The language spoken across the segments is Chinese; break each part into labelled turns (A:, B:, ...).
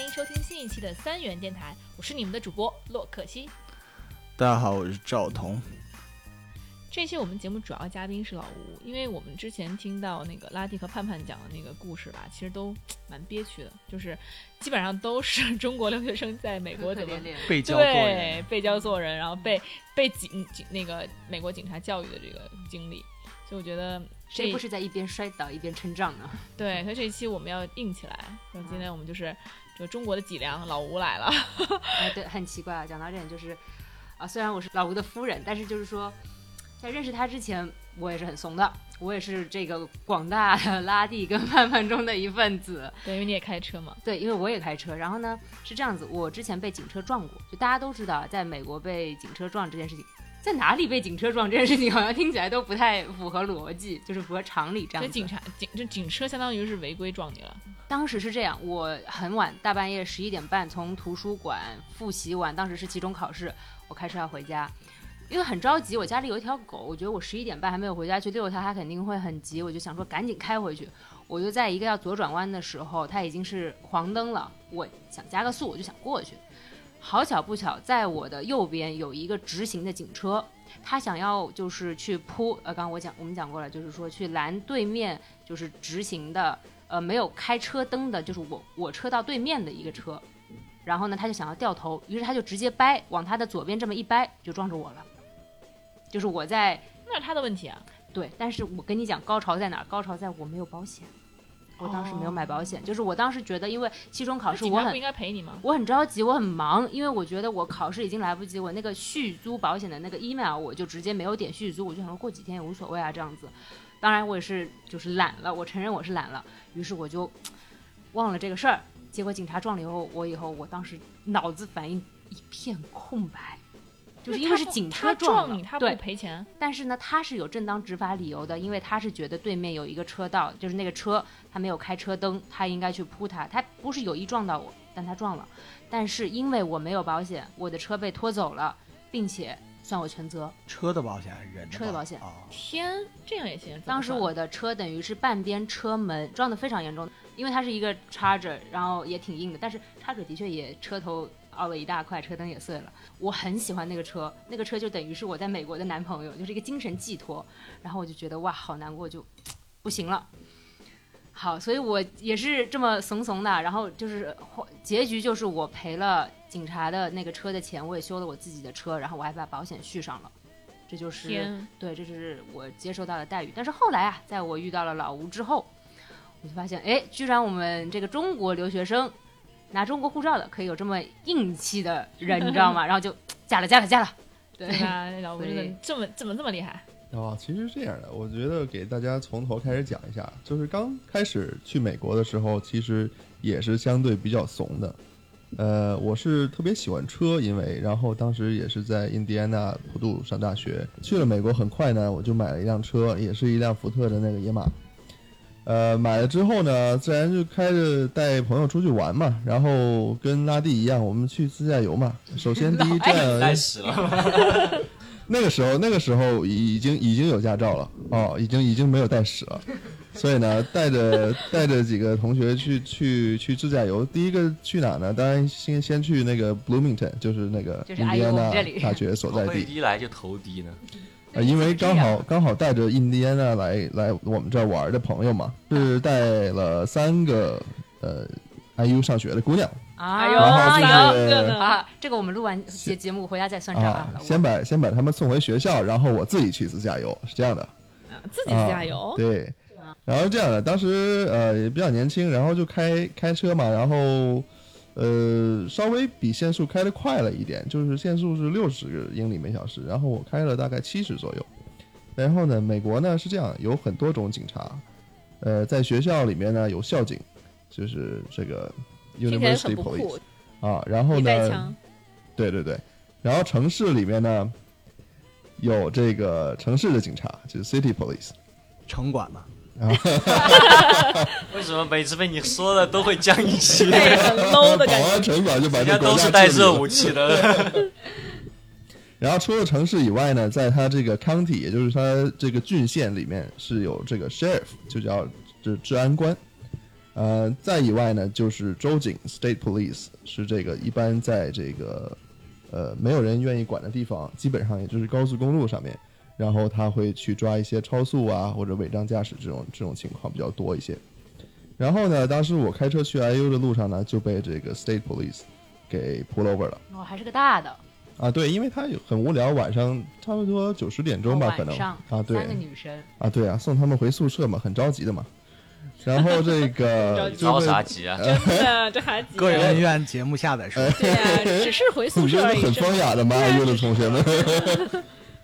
A: 迎收听新一期的三元电台，我是你们的主播洛可西。
B: 大家好，我是赵彤。
A: 这期我们节目主要嘉宾是老吴，因为我们之前听到那个拉蒂和盼盼讲的那个故事吧，其实都蛮憋屈的，就是基本上都是中国留学生在美国
C: 可
A: 怎么
C: 怜怜。
B: 被教 做
A: 对
B: 人，
A: 被教做人，然后被被警警那个美国警察教育的这个经历，所以我觉得这
C: 谁不是在一边摔倒一边撑胀 呢？
A: 对，所以这一期我们要硬起来。那今天我们就是这个中国的脊梁老吴来了，
C: 哎，对，很奇怪啊。讲到这点，就是啊，虽然我是老吴的夫人，但是就是说，在认识他之前，我也是很怂的，我也是这个广大的拉蒂跟盼盼中的一份子。
A: 对，因为你也开车嘛，
C: 对，因为我也开车。然后呢，是这样子，我之前被警车撞过，就大家都知道，啊在美国被警车撞这件事情。在哪里被警车撞这件事情，好像听起来都不太符合逻辑，就是符合常理这
A: 所
C: 样
A: 以
C: 子。
A: 警察警就警车相当于是违规撞你了，
C: 当时是这样，我很晚，大半夜十一点半从图书馆复习完，当时是期中考试，我开车要回家，因为很着急，我家里有一条狗，我觉得我十一点半还没有回家去遛它，它肯定会很急，我就想说赶紧开回去。我就在一个要左转弯的时候，它已经是黄灯了，我想加个速，我就想过去。好巧不巧，在我的右边有一个直行的警车，他想要就是去扑，呃，刚刚我讲我们讲过了，就是说去拦对面就是直行的呃没有开车灯的，就是我我车道对面的一个车，然后呢，他就想要掉头，于是他就直接掰往他的左边这么一掰，就撞着我了。就是我在
A: 那是他的问题啊。
C: 对，但是我跟你讲，高潮在哪儿？高潮在我没有保险，我当时没有买保险，就是我当时觉得，因为期中考
A: 哦那
C: 试
A: 警
C: 我
A: 察不
C: 很
A: 应该赔你吗？
C: 我很着急，我很忙，因为我觉得我考试已经来不及，我那个续租保险的那个 email 我就直接没有点续租，我就想说过几天也无所谓啊这样子。当然我也是就是懒了，我承认我是懒了，于是我就嘖忘了这个事儿。结果警察撞了以后，我以后我当时脑子反应一片空白，就是因为
A: 他
C: 是
A: 不
C: 警车
A: 他撞
C: 了，
A: 你，他不
C: 对，
A: 赔钱。
C: 但是呢，他是有正当执法理由的，因为他是觉得对面有一个车道，就是那个车他没有开车灯，他应该去扑他，他不是有意撞到我，但他撞了。但是因为我没有保险，我的车被拖走了，并且算我全责。
B: 车的保险还是人
C: 车的保险
B: 啊？
A: 天，这样也行。怎么
C: 当时
A: 算
C: 我的车等于是半边车门撞得非常严重，因为它是一个 Charger，然后也挺硬的，但是 Charger 的确也车头凹了一大块，车灯也碎了。我很喜欢那个车，那个车就等于是我在美国的男朋友，就是一个精神寄托。然后我就觉得哇，好难过，就不行了。好，所以我也是这么怂怂的，然后就是结局就是我赔了警察的那个车的钱，我也修了我自己的车，然后我还把保险续上了，这就是
A: 天，
C: 对，这是我接受到的待遇。但是后来啊，在我遇到了老吴之后，我就发现，哎，居然我们这个中国留学生拿中国护照的可以有这么硬气的人，你知道吗？然后就嫁了，嫁了，嫁了。对
A: 对吧？老吴
C: 所以
A: 真的这么怎么这么厉害？
D: 哦，其实是这样的，我觉得给大家从头开始讲一下，就是刚开始去美国的时候，其实也是相对比较怂的。呃，我是特别喜欢车，因为然后当时也是在印第安纳普渡上大学，去了美国，很快呢我就买了一辆车，也是一辆福特的那个野马。呃，买了之后呢，自然就开着带朋友出去玩嘛，然后跟拉蒂一样，我们去自驾游嘛。首先第一
C: 老爱
D: 站
E: 开始了，
D: 那个时候，那个时候已已经已经有驾照了哦，已经已经没有带屎了，所以呢， 带着带着几个同学去去去自驾游。第一个去哪呢？当然先先去那个 Bloomington，就是那个
C: 就是
D: 印第安
C: 哎呦我们这里
D: 纳大学所
E: 我
D: 在
E: 会
D: 地，
E: 一来就投低呢。
D: 呃、因为刚
C: 哦这
D: 好
C: 样
D: 刚好带着印第安纳来来我们这儿玩的朋友嘛，
C: 嗯
D: 是带了三个呃 IU 上学的姑娘，
C: 啊，
A: 呦，
D: 然后
A: 三
D: 就是
A: 个呢，
C: 啊，这个我们录完节节目回家再算账
D: 啊
C: 啊。老，吴
D: 先把先把他们送回学校，然后我自己去自驾游，是这样的。
A: 自己加油。
D: 啊嗯
A: 啊
D: 对，然后是这样的，当时呃也比较年轻，然后就开开车嘛，然后呃稍微比限速开的快了一点，就是限速是六十英里每小时，然后我开了大概七十左右。然后呢，美国呢是这样，有很多种警察，呃，在学校里面呢有校警，就是这个
A: 听起来很
D: university
A: 不
D: police
A: 酷，
D: 啊，然后
A: 一带
D: 呢，
A: 枪，
D: 对对对，然后城市里面呢有这个城市的警察，就是 city police。
B: 城管嘛，
E: 为什么每次被你说的都会降一级？
A: 对，很 low 的
D: 保
A: 感觉。
D: 安城管就把
E: 人
D: 这
E: 家
D: 国
E: 都
D: 家
E: 是带
D: 治理
E: 热
D: 了
E: 武 器的，
D: 然后除了城市以外呢，在它这个 county，也就是它这个郡县里面是有这个 sheriff，就叫这治安官。啊、呃，再以外呢，就是州警 （State Police） 是这个一般在这个呃没有人愿意管的地方，基本上也就是高速公路上面，然后他会去抓一些超速啊或者违章驾驶这种这种情况比较多一些。然后呢，当时我开车去 IU 的路上呢，就被这个 State Police 给 pull over 了
C: 哦，还是个大的，
D: 啊，对，因为他有很无聊，晚上差不多九十点钟吧，可
C: 哦晚
D: 能
C: 上
D: 啊，对，
C: 三个女生，
D: 啊，对啊，送他们回宿舍嘛，很着急的嘛。然后这
A: 着
D: 个
A: 急
D: 就
E: 着
D: 被
E: 啥急啊？
A: 啊，这孩子，
B: 个人恩怨节目下再说。
A: 对呀，只是回宿
D: 你
A: 舍
D: 真
A: 而
D: 的
A: 已，
D: 很
A: 这么啊
D: 风 雅的吗？优的同学们。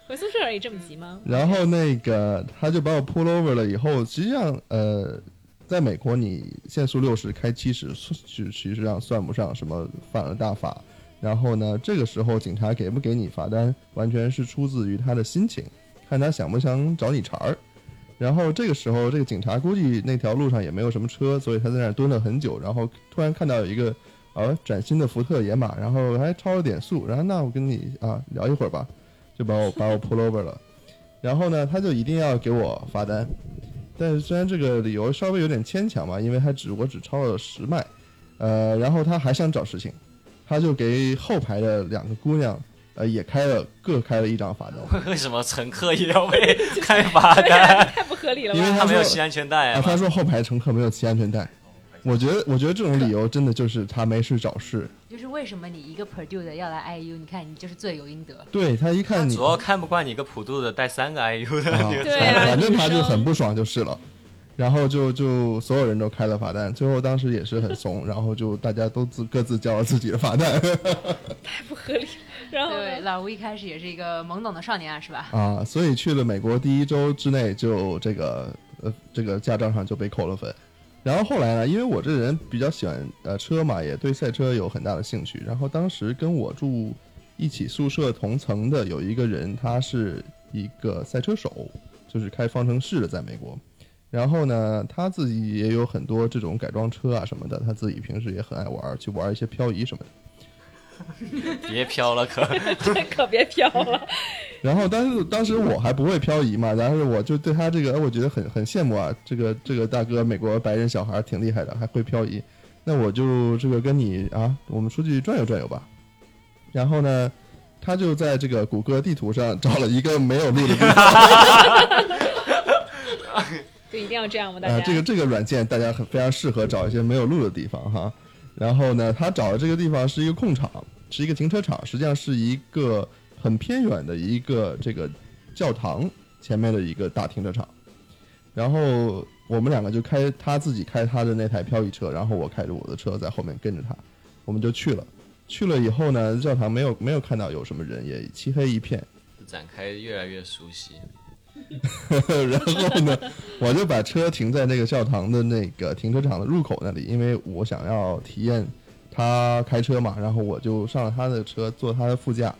A: 回宿舍而已，这么急吗？
D: 然后那个他就把我 pull over 了以后，实际上呃，在美国你限速六十开七十，其其实上算不上什么犯了大法。然后呢，这个时候警察给不给你罚单，完全是出自于他的心情，看他想不想找你茬儿。然后这个时候，这个警察估计那条路上也没有什么车，所以他在那儿蹲了很久。然后突然看到有一个呃崭新的福特野马，然后还超了点速，然后那我跟你啊聊一会儿吧，就把我把我 pull over 了。然后呢，他就一定要给我罚单，但是虽然这个理由稍微有点牵强吧，因为他只我只超了十迈，呃，然后他还想找事情，他就给后排的两个姑娘，呃，也开了各开了一张罚单，
E: 为什么乘客也要被开罚单？
A: 太不合理了
D: 因为
A: 吧？
E: 他没有
D: 说
E: 系安全带
D: 啊，他
E: 嘛？
D: 说后排乘客没有系安全带，我觉得我觉得这种理由真的就是他没事找事，
C: 就是为什么你一个 Purdue 的要来 IU，你看你就是罪有应得。
D: 对他一看你
E: 主，要看不惯你个普渡的带三个 IU 的
D: 啊
E: 女
A: 对
E: 生，
A: 啊
D: 反正
A: 女
D: 他就
A: 生
D: 很不爽就是了。然后就就所有人都开了罚单，最后当时也是很怂，然后就大家都自各自交了自己的罚单
A: 太不合理。然后
C: 对，
A: 呢
C: 老吴一开始也是一个懵懂的少年啊，是吧？
D: 啊，所以去了美国第一周之内就这个呃这个驾照上就被扣了分。然后后来呢，因为我这人比较喜欢呃车嘛，也对赛车有很大的兴趣。然后当时跟我住一起宿舍同层的有一个人，他是一个赛车手，就是开方程式的，在美国。然后呢，他自己也有很多这种改装车啊什么的，他自己平时也很爱玩，去玩一些漂移什么的。
E: 别飘了可。
A: 可别飘 了，
D: 然后当时当时我还不会漂移嘛，但是我就对他这个，哎我觉得很很羡慕啊，这个这个大哥，美国白人小孩挺厉害的，还会漂移。那我就这个跟你啊，我们出去转悠转悠吧。然后呢，他就在这个谷歌地图上找了一个没有路的地方。
A: 就一定要这样吗？大
D: 呃，
A: 家
D: 这个这个软件大家很非常适合找一些没有路的地方哈。然后呢，他找的这个地方是一个空场，是一个停车场，实际上是一个很偏远的一个这个教堂前面的一个大停车场。然后我们两个就开他自己开他的那台漂移车，然后我开着我的车在后面跟着他，我们就去了。去了以后呢，教堂没有没有看到有什么人，也漆黑一片。
E: 展开越来越熟悉，
D: 然后呢，我就把车停在那个教堂的那个停车场的入口那里，因为我想要体验他开车嘛，然后我就上了他的车，坐他的副驾，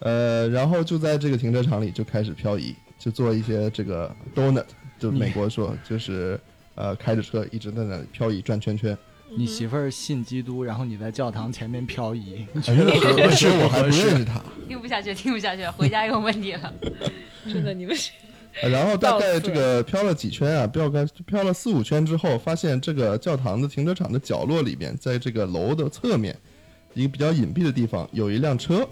D: 呃，然后就在这个停车场里就开始漂移，就做一些这个 donut，就美国说就是呃开着车一直在那里漂移转圈圈，
B: 你媳妇儿信基督，然后你在教堂前面漂 移，你觉
D: 而
B: 得合
D: 且
B: 适
D: 我
B: 不
D: 还
B: 合
D: 不认
B: 适？
D: 识他，
C: 听不下去，听不下去，回家有问题了。
A: 真
E: 嗯
A: 的，你们是
D: 然后大
A: 到
D: 概
A: 此
D: 这个飘了几圈啊，飘个飘了四五圈之后，发现这个教堂的停车场的角落里面，在这个楼的侧面，一个比较隐蔽的地方有一辆车。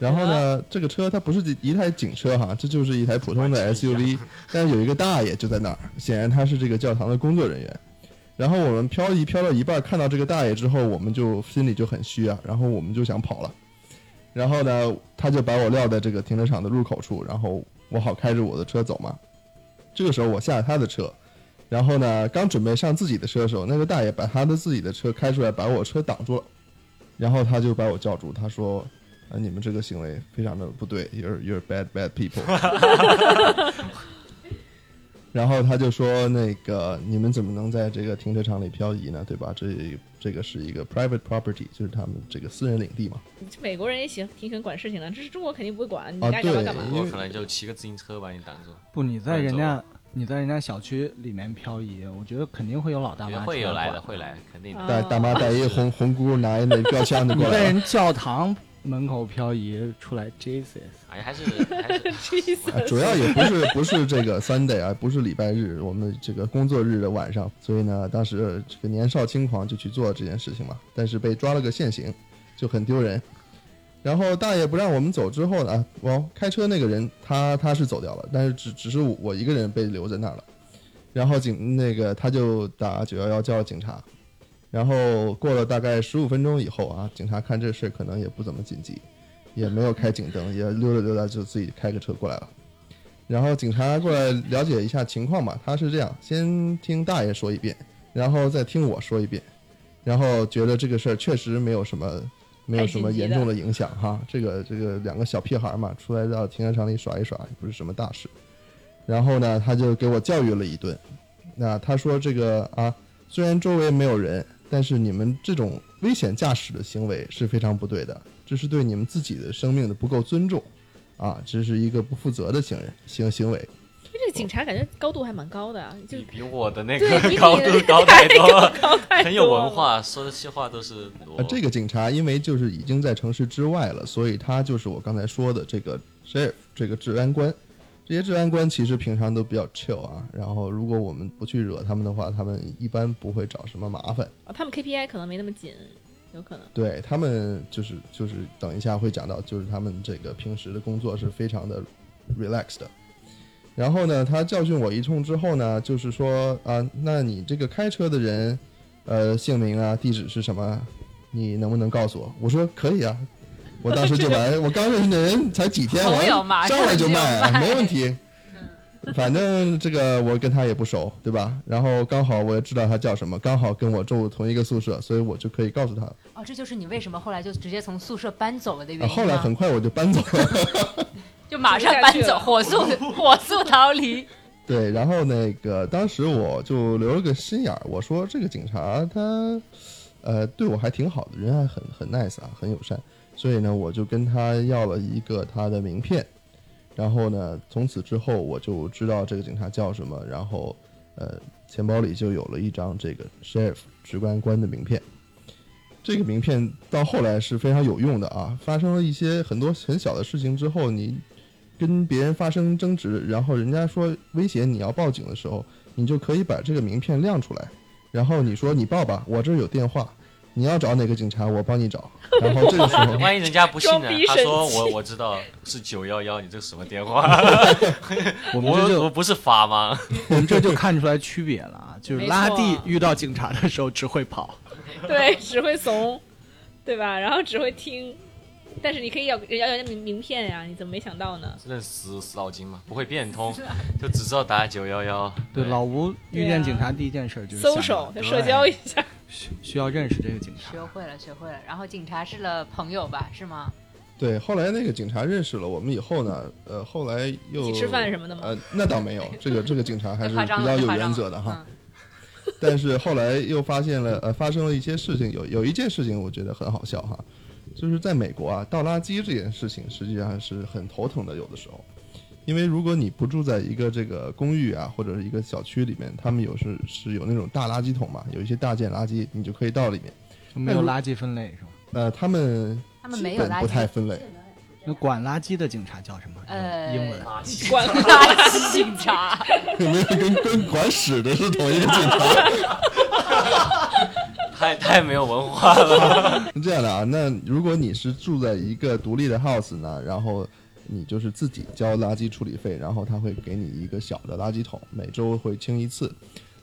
D: 然后呢，这个车它不是一台警车哈，这就是一台普通的 SUV，但是有一个大爷就在那儿，显然他是这个教堂的工作人员。然后我们漂移漂到一半，看到这个大爷之后，我们就心里就很虚啊，然后我们就想跑了。然后呢，他就把我撂在这个停车场的入口处，然后我好开着我的车走嘛。这个时候我下了他的车，然后呢，刚准备上自己的车的时候，那个大爷把他的自己的车开出来，把我车挡住了，然后他就把我叫住，他说：“啊，你们这个行为非常的不对，you're you're bad bad people。”然后他就说：“那个你们怎么能在这个停车场里漂移呢？对吧？这这个是一个 private property，就是他们这个私人领地嘛。”
A: 美国人也喜欢挺喜欢管事情的，这是中国肯定不会管，你
D: 啊
A: 该干嘛
D: 对
A: 干嘛。
E: 我可能就骑个自行车把你挡住，
B: 不，你在
E: 不然
B: 人
E: 走
B: 家你在人家小区里面漂移，我觉得肯定会有老大
E: 也
B: 妈
E: 会有
B: 出
E: 来的，
B: 管
F: 哦
E: 会来的，肯定的。
A: 啊
D: 大大妈带一红红箍拿那标枪就
B: 你
D: 过
B: 在
D: 来了。
B: 人教堂门口漂移出来 Jesus，
E: 哎，还是还 是
D: 啊主要也不是不是这个 Sunday 啊，不是礼拜日，我们这个工作日的晚上，所以呢，当时这个年少轻狂就去做这件事情嘛，但是被抓了个现行，就很丢人。然后大爷不让我们走之后呢，啊，我开车那个人他他是走掉了，但是只只是我一个人被留在那儿了。然后警那个他就打九幺幺叫警察，然后过了大概十五分钟以后啊，警察看这事儿可能也不怎么紧急，也没有开警灯，也溜达溜达就自己开个车过来了。然后警察过来了解一下情况嘛，他是这样，先听大爷说一遍，然后再听我说一遍，然后觉得这个事儿确实没有什么没有什么严重的影响哈，这个这个两个小屁孩嘛，出来到停车场里耍一耍也不是什么大事。然后呢，他就给我教育了一顿。那他说这个啊，虽然周围没有人，但是你们这种危险驾驶的行为是非常不对的，这是对你们自己的生命的不够尊重，啊，这是一个不负责的行人行行为。
A: 因为这个警察感觉高度还蛮高的啊，就
E: 比比我的那
A: 对比
E: 个
A: 你
E: 高度高太多了，
A: 高太多了
E: 很有文。化，说的些话都是我
D: 啊，这个警察因为就是已经在城市之外了，所以他就是我刚才说的这个 sheriff 这个治安官。这些治安官其实平常都比较 chill 啊，然后如果我们不去惹他们的话，他们一般不会找什么麻烦。
A: 哦他们 KPI 可能没那么紧，有可 能。
D: 对他们就是就是等一下会讲到，就是他们这个平时的工作是非常的 relax 的。然后呢，他教训我一通之后呢，就是说啊，那你这个开车的人，呃，姓名啊、地址是什么，你能不能告诉我？我说可以啊，我当时这玩意儿，我刚认识的人才几天，
C: 朋友
D: 我
C: 嘛
D: 上来就卖
C: 上来就
D: 啊，
C: 卖
D: 没问题。反正这个我跟他也不熟，对吧？然后刚好我也知道他叫什么，刚好跟我住同一个宿舍，所以我就可以告诉他
C: 哦，这就是你为什么后来就直接从宿舍搬走了的原
D: 啊，
C: 因、
D: 后来很快我就搬走了。
C: 就马上搬走，火 速火速逃离。
D: 对，然后那个当时我就留了个心眼儿，我说这个警察他，呃，对我还挺好的，人还很很 nice 啊，很友善，所以呢，我就跟他要了一个他的名片，然后呢，从此之后我就知道这个警察叫什么，然后呃，钱包里就有了一张这个 sheriff 值班官的名片。这个名片到后来是非常有用的啊！发生了一些很多很小的事情之后，你跟别人发生争执，然后人家说威胁你要报警的时候，你就可以把这个名片亮出来，然后你说你报吧，我这儿有电话，你要找哪个警察，我帮你找。然后这个时候，
E: 万一人家不信呢
A: 装逼？
E: 他
A: 神
E: 说
A: 器
E: 我我知道是九幺幺，你这什么电话？
B: 我 们这
E: 我我
B: 就
E: 不是法吗？
B: 我们这就看出来区别了 啊，就是
A: 没
B: 拉
A: 错
B: 蒂遇到警察的时候只会跑，
A: 对，只会怂，对吧？然后只会听，但是你可以要要人家名名片呀，你怎么没想到呢？
E: 真的死死脑筋嘛，不会变通， 就只知道打九幺幺。
B: 对，老吴
A: 对
B: 遇
A: 啊
B: 见警察第一件事就是
A: 搜
B: 想
A: 手，
B: 对
A: 社 交一下。
B: 需需要认识这个警察
C: 学。会了，学会了。然后警察是了朋友吧，是吗？
D: 对，后来那个警察认识了我们以后呢，呃，后来又
A: 一起吃饭什么的吗
D: 呃，那倒没 有，这个这个警察还是
C: 太夸张
D: 比较
C: 了，太
D: 有
C: 夸张
D: 原
C: 了
D: 则的哈。
C: 嗯
D: 但是后来又发现了，呃，发生了一些事情，有有一件事情我觉得很好笑哈，就是在美国啊，倒垃圾这件事情实际上是很头疼的，有的时候，因为如果你不住在一个这个公寓啊或者是一个小区里面，他们有是是有那种大垃圾桶嘛，有一些大件垃圾你就可以倒里面，
B: 就没有垃圾分类是吧？
D: 呃，他们
C: 他们
D: 基
C: 没有
D: 本
C: 垃
D: 不太
C: 圾，
D: 分类，
B: 那管垃圾的警察叫什么？
C: 呃
B: 英文。
E: 垃圾
A: 管
C: 垃圾警察。
D: 没有跟跟管屎的是同一个警察。
E: 太太没有文化了。
D: 是这样的啊，那如果你是住在一个独立的 house 呢，然后你就是自己交垃圾处理费，然后他会给你一个小的垃圾桶，每周会清一次。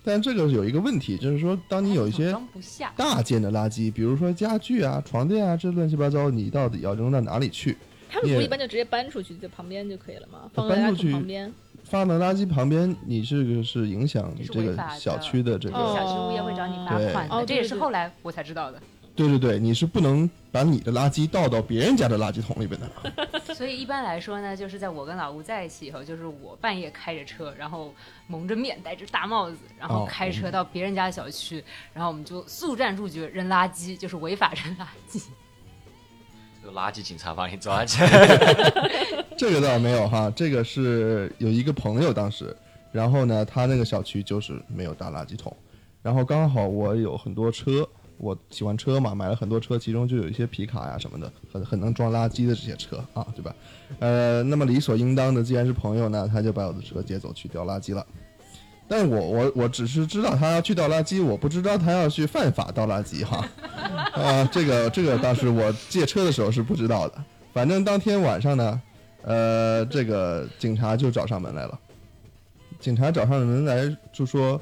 D: 但这个有一个问题，就是说，当你有一
C: 总
D: 些
C: 装不下，
D: 大件的垃圾，比如说家具啊、床垫啊，这乱七八糟，你到底要扔到哪里去？
A: 他们不
D: 也
A: 一般就直接搬出去，就旁边就可以了吗？放
D: 搬
A: 在垃
D: 出去
A: 圾旁边，
D: 发到垃圾旁边，你这个是影响你
C: 这是
D: 这
C: 违法
D: 个
C: 的
D: 小区的这
A: 哦
D: 个
C: 小区物业会找你罚
D: 对
C: 款
A: 哦
C: 的，这也
A: 对
C: 是
A: 对
C: 后来我才知道的。
D: 对对对，你是不能把你的垃圾倒到别人家的垃圾桶里边的。
C: 所以一般来说呢，就是在我跟老吴在一起以后，就是我半夜开着车，然后蒙着面，戴着大帽子，然后
D: 哦
C: 开车到别人家的小区，然后我们就速战速决扔垃圾，就是违法扔垃圾。
E: 有垃圾警察把你抓起来。
D: 这个倒没有哈，这个是有一个朋友当时，然后呢，他那个小区就是没有大垃圾桶，然后刚好我有很多车，我喜欢车嘛，买了很多车，其中就有一些皮卡呀、什么的，很很能装垃圾的这些车啊，对吧？呃，那么理所应当的，既然是朋友呢，他就把我的车接走去掉垃圾了。但我我我只是知道他要去倒垃圾，我不知道他要去犯法倒垃圾哈。 啊、这个这个当时我借车的时候是不知道的。反正当天晚上呢，呃，这个警察就找上门来了。警察找上门来就说：“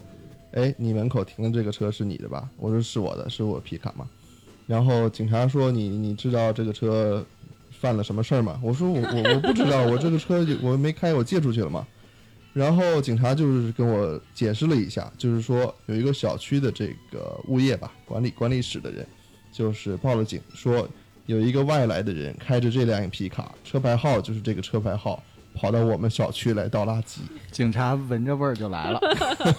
D: 哎，你门口停的这个车是你的吧？”我说：“是我的，是我皮卡嘛。”然后警察说：“你你知道这个车犯了什么事儿吗？”我说：“我我我不知道，我这个车就我没开，我借出去了嘛。”然后警察就是跟我解释了一下，就是说有一个小区的这个物业吧，管理管理室的人，就是报了警，说有一个外来的人开着这辆皮卡，车牌号就是这个车牌号，跑到我们小区来倒垃圾。
B: 警察闻着味儿就来了，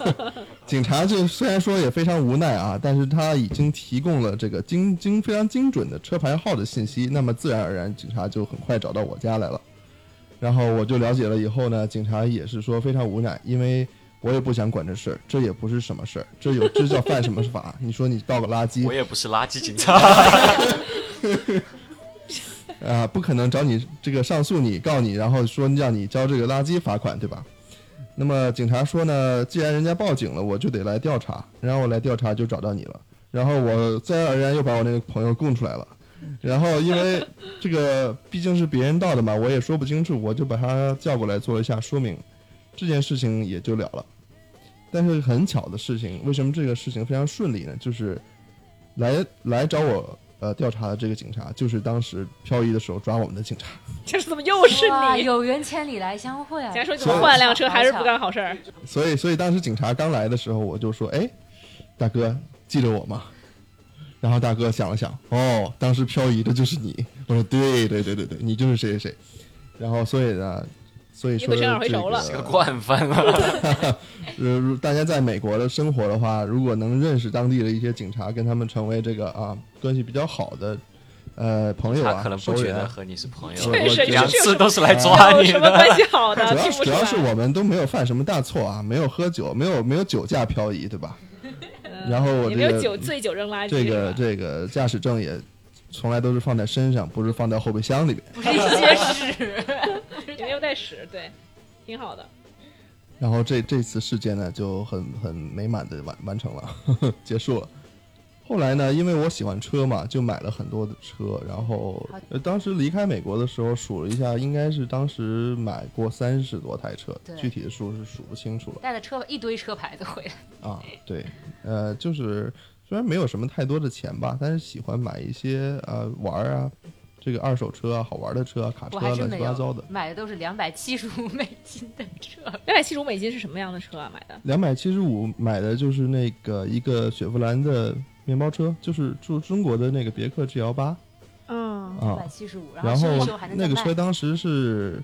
D: 警察就虽然说也非常无奈啊，但是他已经提供了这个精精非常精准的车牌号的信息，那么自然而然警察就很快找到我家来了。然后我就了解了以后呢，警察也是说非常无奈，因为我也不想管这事儿，这也不是什么事儿，这有这叫犯什么法？你说你倒个垃圾
E: 我也不是垃圾警察，
D: 啊、不可能找你这个上诉你告你，然后说让你交这个垃圾罚款，对吧？那么警察说呢，既然人家报警了，我就得来调查，然后我来调查就找到你了，然后我自然而然又把我那个朋友供出来了，然后因为这个毕竟是别人盗的嘛，我也说不清楚，我就把他叫过来做了一下说明，这件事情也就了了。但是很巧的事情，为什么这个事情非常顺利呢？就是来来找我呃调查的这个警察，就是当时漂移的时候抓我们的警察。
A: 这是怎么又是
C: 哇
A: 你？
C: 有缘千里来相会啊！
A: 假如说你怎么换了辆车还是不
C: 好巧
A: 干好事儿？
D: 所以，所以当时警察刚来的时候，我就说：“哎，大哥，记着我吗？”然后大哥想了想，哦，当时漂移的就是你。我说：“对，对，对，对，对，你就是谁谁谁。”然后，所以呢，所以
A: 一
D: 说
A: 回
D: 这
A: 生
D: 个
A: 二回熟了
E: 这个惯犯了。
D: 呃，如大家在美国的生活的话，如果能认识当地的一些警察，跟他们成为这个啊关系比较好的呃朋友
E: 他
D: 啊
E: 可能，不
D: 熟
E: 觉
D: 人
E: 得
D: 啊，
E: 和你是朋
D: 我
E: 友，
A: 这是
E: 两
A: 这
E: 次都是来抓
A: 有
E: 你
A: 什么关
E: 的。
A: 系好 的？
D: 主要
A: 听
D: 是
A: 不啊出
D: 主要是
A: 来。
D: 我们都没有犯什么大错啊，没有喝酒，没有没有酒驾漂移，对吧？然后
A: 嗯也
D: 我这
A: 没有
D: 个
A: 酒醉酒扔垃圾。
D: 这
A: 是
D: 个
A: 吧
D: 这个驾驶证也从来都是放在身上，不是放在后备箱里边。
C: 不是一些事。
A: 也没有带屎，对，挺好的。
D: 然后这这次事件呢，就很很美满的完完成了， 结束了。后来呢，因为我喜欢车嘛，就买了很多的车。然后
C: 好、
D: 呃、当时离开美国的时候数了一下，应该是当时买过三十多台车
C: 对，
D: 具体的数是数不清楚了。
C: 带着车一堆车牌子回来，
D: 啊，对，呃，就是虽然没有什么太多的钱吧，但是喜欢买一些呃玩儿啊，这个二手车啊、好玩的车啊、卡
C: 我
D: 车啊
C: 还真
D: 乱七
C: 没
D: 八糟的
C: 有。，买的都是两百七十五美金的车。
A: 两百七十五美金是什么样的车啊？买的？
D: 两百七十五买的就是那个一个雪佛兰的面包车，就是中中国的那个别克 GL 八
A: 嗯，
C: 两
D: 啊
C: 百。七十五，
D: 然
C: 修
D: 后
C: 一修还能再
D: 那个
C: 卖
D: 车。当时是，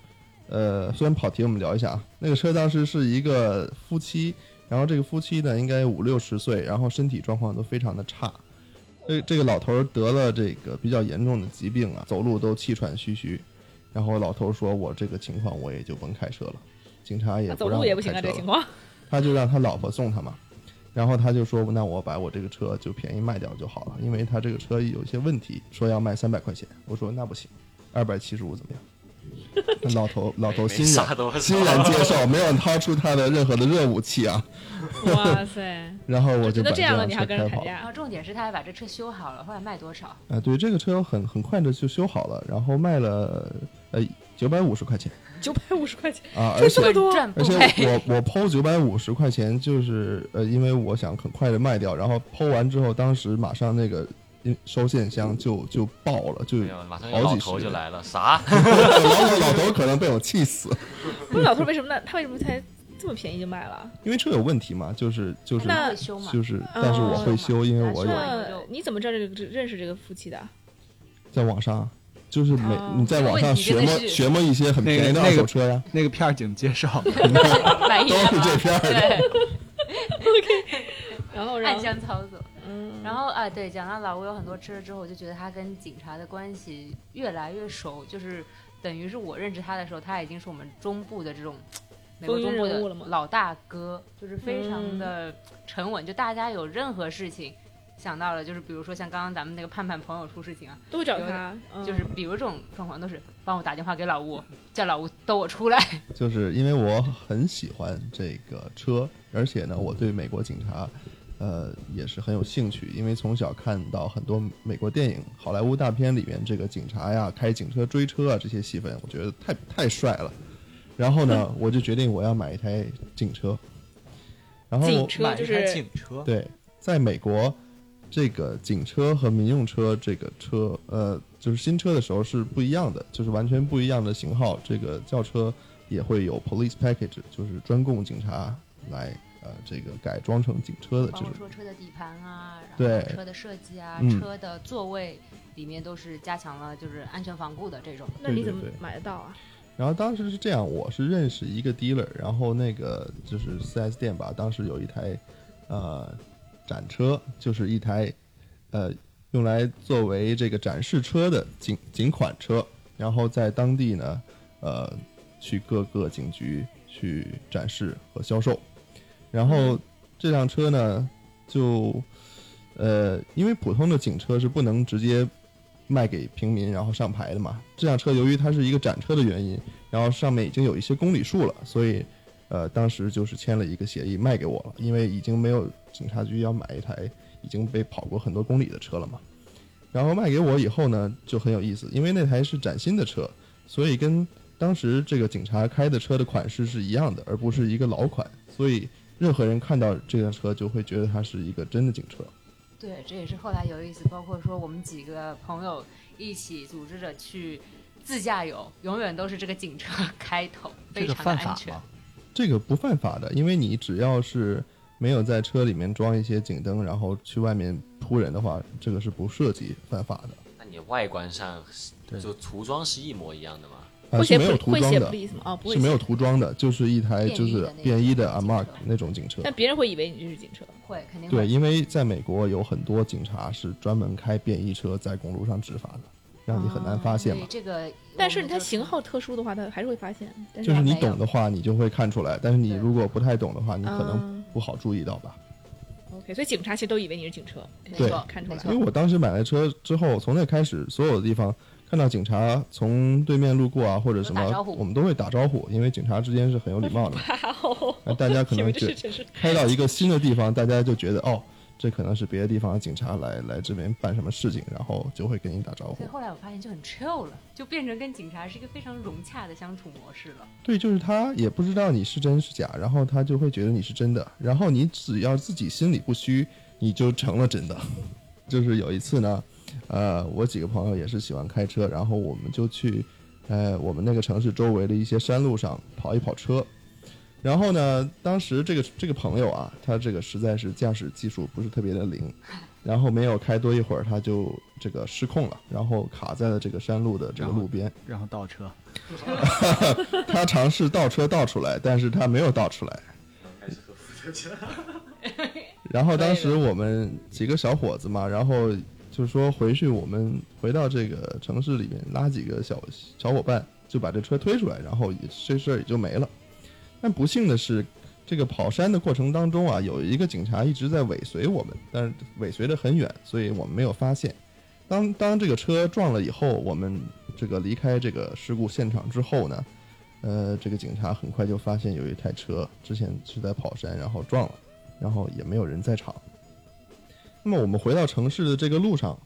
D: 呃，虽然跑题，我们聊一下啊。那个车当时是一个夫妻，然后这个夫妻呢应该五六十岁，然后身体状况都非常的差。这这个老头儿得了这个比较严重的疾病啊，走路都气喘吁吁。然后老头儿说：“我这个情况我也就甭开车了。”警察也
A: 走
D: 让
A: 路
D: 我
A: 也不行啊，
D: 开
A: 这个
D: 车了
A: 情况。
D: 他就让他老婆送他嘛。然后他就说：“那我把我这个车就便宜卖掉就好了，因为他这个车有一些问题，说要卖三百块钱。”我说：“那不行，二百七十五怎么样？” 那老头老头欣然
E: 啥都是
D: 欣然接受，没有掏出他的任何的热武器啊。
A: 哇塞，
D: 然后我
A: 觉
D: 就
A: 得
D: 把
A: 这样
D: 辆
A: 了你
D: 车
A: 还跟人
D: 开跑
A: 砍价
D: 了。
C: 然？后重点是他还把这车修好了，后来卖多少？
D: 啊，对，这个车很很快的就修好了，然后卖了呃九百五十块钱
A: 九百五十块钱，
D: 啊，而
A: 这
D: 且
A: 这么多，
C: 赚不
D: 而且
C: 赔。
D: 我我抛九百五十块钱，就是呃，因为我想很快的卖掉，然后抛完之后，当时马上那个嗯收现箱就就爆了，就
E: 没
D: 老
E: 有，马上
D: 好
E: 有老
D: 几
E: 头
D: 十
E: 就
D: 人
E: 来了，啥？
D: 头老头可能被我气死，
A: 那老头为什么呢？他为什么才这么便宜就卖了？
D: 因为车有问题嘛，就是就是
A: 那
C: 会修嗯嘛？
D: 就是，但是我会修，因为我有
A: 那你怎么知道这个这认识这个夫妻的？
D: 在网上。就是每
A: 哦
D: 你在网上学摸
C: 问题真的是
D: 学摸一些很
B: 那个
D: 便宜的
B: 那
D: 二
B: 个
D: 手 车呀，
B: 那个片儿警介绍，
C: 买一
D: 都是这片儿的。
C: 对，
A: 然后，然
C: 暗
A: 后，
C: 箱操作。
A: 嗯，
C: 然后啊，对，讲到老吴有很多吃之后，我就觉得他跟警察的关系越来越熟，就是等于是我认识他的时候，他已经是我们中部的这种美国
A: 嗯风云
C: 中部
A: 人物
C: 的
A: 了吗
C: 老大哥，就是非常的沉稳，就大家有任何事情。想到了，就是比如说像刚刚咱们那个盼盼朋友出事情啊，
F: 都找
C: 有
F: 他，嗯
C: 就是比如这种状况都是帮我打电话给老吴，叫老吴逗我出来。
D: 就是因为我很喜欢这个车，而且呢，我对美国警察，呃，也是很有兴趣，因为从小看到很多美国电影、好莱坞大片里面这个警察呀、开警车追车啊这些戏份，我觉得太太帅了。然后
F: 嗯
D: 呢，我就决定我要买一台警车。然后我
F: 警车
E: 买
F: 就
E: 一台
F: 是
E: 警车，
D: 对，在美国，这个警车和民用车这个车，呃，就是新车的时候是不一样的，就是完全不一样的型号。这个轿车也会有 police package，就是专供警察来，呃，这个改装成警车的
C: 包
D: 这种
C: 括。说车的底盘啊，然
D: 对
C: 后车的设计啊，
D: 嗯
C: 车的座位里面都是加强了就是安全防护的这种。
F: 那你
D: 对对
F: 怎么
D: 对
F: 买得到啊？
D: 然后当时是这样，我是认识一个 dealer，然后那个就是 4S 店吧，当时有一台呃展车，就是一台呃用来作为这个展示车的警警款车，然后在当地呢呃去各个警局去展示和销售。然后这辆车呢，就呃因为普通的警车是不能直接卖给平民然后上牌的嘛，这辆车由于它是一个展车的原因。然后上面已经有一些公里数了，所以呃，当时就是签了一个协议卖给我了，因为已经没有警察局要买一台已经被跑过很多公里的车了嘛。然后卖给我以后呢，就很有意思，因为那台是崭新的车，所以跟当时这个警察开的车的款式是一样的，而不是一个老款，所以任何人看到这辆车就会觉得它是一个真的警车。
C: 对，这也是后来有意思，包括说我们几个朋友一起组织着去自驾游，永远都是这个警车开头，
B: 这
C: 非
B: 个
C: 常的
B: 犯
C: 安
B: 法
C: 全
B: 吗。？
D: 这个不犯法的，因为你只要是没有在车里面装一些警灯，然后去外面扑人的话，这个是不涉及犯法的。
E: 那你外观上
B: 对
E: 就涂装是一模一样的吗？
D: 啊，
F: 会
D: 是
F: 写
D: 没有
F: pol-
D: 涂
F: 会
D: 装
F: 写
D: 的，
F: police 吗？哦，不会
D: 是没有
F: 写
D: 涂装的，就是一台就是
C: 便
D: 便
C: 衣
D: 衣
C: 的
D: 的
C: 那种
D: Amark 那种警车。
F: 但别人会以为你这是警车。
C: 会肯定
D: 对，
C: 会。
D: 因为在美国有很多警察是专门开便衣车在公路上执法的，让你很难发现
C: 对
D: 嘛。
C: 这个，
F: 但是它型号特殊的话，它还是会发现。但
D: 嗯就是
F: 是
D: 你懂的话，你就会看出来；但是你
C: 对
D: 如果不太懂的话，你可能
F: 啊
D: 不好注意到吧。
F: OK，所以警察其实都以为你是警车，
C: 没
D: 对
C: 错，
F: 看出来
C: 没
D: 因为
C: 错。
D: 我当时买了车之后，从那开始，所有的地方看到警察从对面路过啊，或者什
C: 都打
D: 么
C: 招，呼
D: 我们都会打招呼，因为警察之间是很有礼貌的。 那啊大家可
F: 以
D: 能
F: 为这
D: 觉
F: 是真是
D: 开到一个新的地方，大家就觉得哦，这可能是别的地方的警察来来这边办什么事情，然后就会跟你打招呼
C: 所以。后来我发现就很 chill 了，就变成跟警察是一个非常融洽的相处模式了。
D: 对，就是他也不知道你是真是假，然后他就会觉得你是真的，然后你只要自己心里不虚，你就成了真的。 就是有一次呢，呃，我几个朋友也是喜欢开车，然后我们就去，呃，我们那个城市周围的一些山路上跑一跑车。然后呢，当时这个这个朋友啊，他这个实在是驾驶技术不是特别的灵，然后没有开多一会儿，他就这个失控了，然后卡在了这个山路的这个
B: 然后
D: 路边。
B: 然后倒车，
D: 他尝试倒车倒出来，但是他没有倒出来。然后当时我们几个小伙子嘛，然后就说回去我们回到这个城市里面拉几个小小伙伴，就把这车推出来，然后也这事儿也就没了。但不幸的是，这个跑山的过程当中啊，有一个警察一直在尾随我们，但是尾随得很远，所以我们没有发现。当当这个车撞了以后，我们这个离开这个事故现场之后呢，呃，这个警察很快就发现有一台车之前是在跑山，然后撞了，然后也没有人在场。那么我们回到城市的这个路上，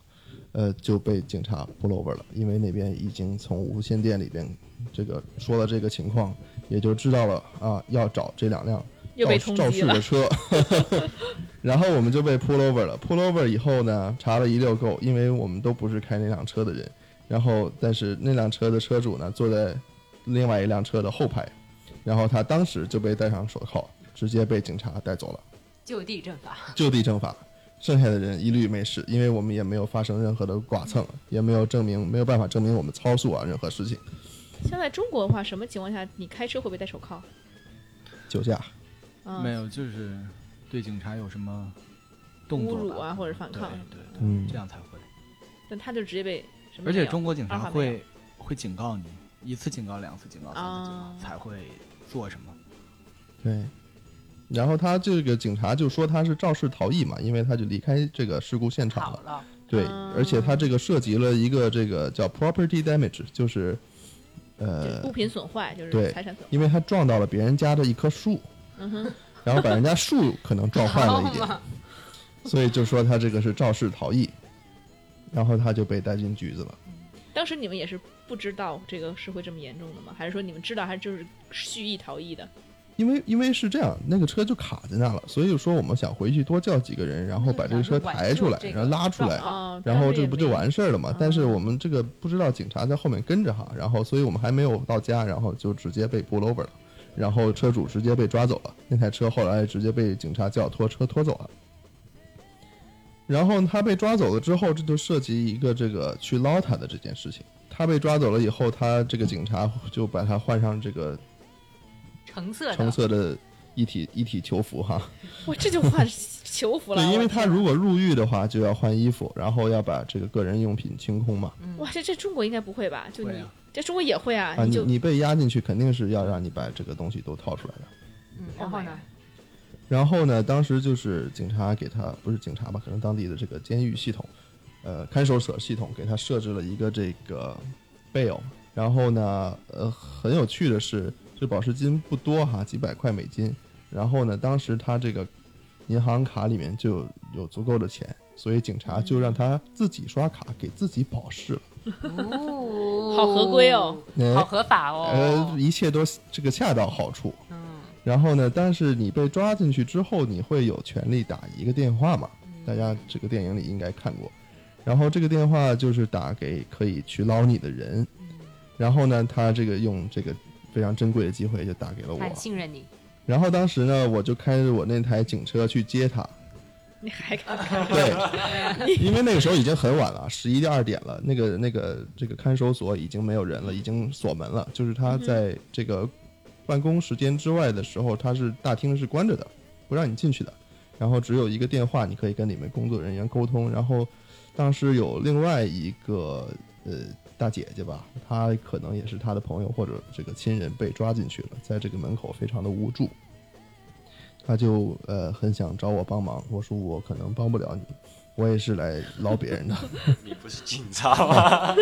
D: 呃，就被警察 pull over 了，因为那边已经从无线电里边这个说了这个情况，也就知道了啊，要找这两辆
F: 又被通
D: 肇
F: 缉
D: 事
F: 了
D: 的。车， 然后我们就被 pull over 了。pull over 以后呢，查了一溜够，因为我们都不是开那辆车的人。然后，但是那辆车的车主呢，坐在另外一辆车的后排，然后他当时就被戴上手铐，直接被警察带走了，
C: 就地正法，
D: 就地正法。剩下的人一律没事，因为我们也没有发生任何的剐蹭，也没有证明，没有办法证明我们超速啊任何事情。
F: 像在中国的话，什么情况下你开车会不会戴手铐？
D: 酒驾，
F: 嗯，
B: 没有，就是对警察有什么动
F: 侮
B: 作
F: 辱
B: 吧
F: 啊或者反抗
B: 对对对，
D: 嗯
B: 这样才会。
F: 但他就直接被什么
B: 而
F: 没有？
B: 且中国警
F: 二话
B: 察
F: 没有哦
B: 会会警告你一次警告、两次警告、三次警告
F: 啊
B: 才会做什么。
D: 对，然后他这个警察就说他是肇事逃逸嘛，因为他就离开这个事故现场
C: 好
D: 了。
C: 了，
D: 对
F: 啊，
D: 而且他这个涉及了一个这个叫 property damage，就是
F: 就是
D: 呃
F: 物，品损坏，就
D: 对
F: 是财产损坏。
D: 因为他撞到了别人家的一棵树，
F: 嗯哼，
D: 然后把人家树可能撞坏了一点
C: 好，嘛
D: 所以就说他这个是肇事逃逸，然后他就被带进局子了。
F: 当时你们也是不知道这个是会这么严重的吗？还是说你们知道，还就是蓄意逃逸的？
D: 因为因为是这样，那个车就卡在那了，所以说我们想回去多叫几个人，然后把这个车抬出来，
C: 就是想去挽救这个
D: 然后拉出来，
C: 状
F: 哦，
D: 然后这
F: 也
D: 不
F: 没
D: 就完事儿了嘛
F: 啊？
D: 但是我们这个不知道警察在后面跟着哈，然后所以我们还没有到家，然后就直接被 pull over 了，然后车主直接被抓走了，那台车后来直接被警察叫拖车拖走了。然后他被抓走了之后，这就涉及一个这个去捞他的这件事情。他被抓走了以后，他这个警察就把他换上这个
C: 橙色的，
D: 橙色的一体一体囚服哈，
F: 哇，这就换 囚服了。
D: 对，因为
F: 我
D: 他
F: 天啊
D: 如果入狱的话，就要换衣服，然后要把这个个人用品清空嘛。
F: 哇，这这中国应该不会吧？就
B: 会
F: 你
B: 啊
F: 在中国也会啊
D: 啊，，你
F: 就
D: 你被押进去，肯定是要让你把这个东西都掏出来的。
C: 嗯，然后呢？
D: 然后呢，当时就是警察给他，不是警察吧，可能当地的这个监狱系统，呃，看守所系统给他设置了一个这个 bail。然后呢，呃，很有趣的是，这保释金不多哈，几百块美金。然后呢，当时他这个银行卡里面就有足够的钱，所以警察就让他自己刷卡给自己保释了。
C: 哦
F: 好合规哦，
D: 哎
C: 好合法
D: 呃，
C: 哦，
D: 一切都这个恰到好处。
C: 嗯，
D: 然后呢，但是你被抓进去之后，你会有权利打一个电话嘛？
C: 嗯
D: 大家这个电影里应该看过。然后这个电话就是打给可以去捞你的人。
C: 嗯
D: 然后呢，他这个用这个非常珍贵的机会就打给了
C: 他很
D: 我。
C: 信任你，
D: 然后当时呢，我就开着我那台警车去接他。
F: 你还敢
D: 对，因为那个时候已经很晚了，十一二点了。那个那个这个看守所已经没有人了，已经锁门了。就是他在这个办公时间之外的时候，他是大厅是关着的，不让你进去的。然后只有一个电话，你可以跟里面工作人员沟通。然后当时有另外一个呃大姐姐吧，她可能也是她的朋友或者这个亲人被抓进去了，在这个门口非常的无助。她就呃很想找我帮忙，我说我可能帮不了你，我也是来捞 别人的。
E: 你不是警察 吗？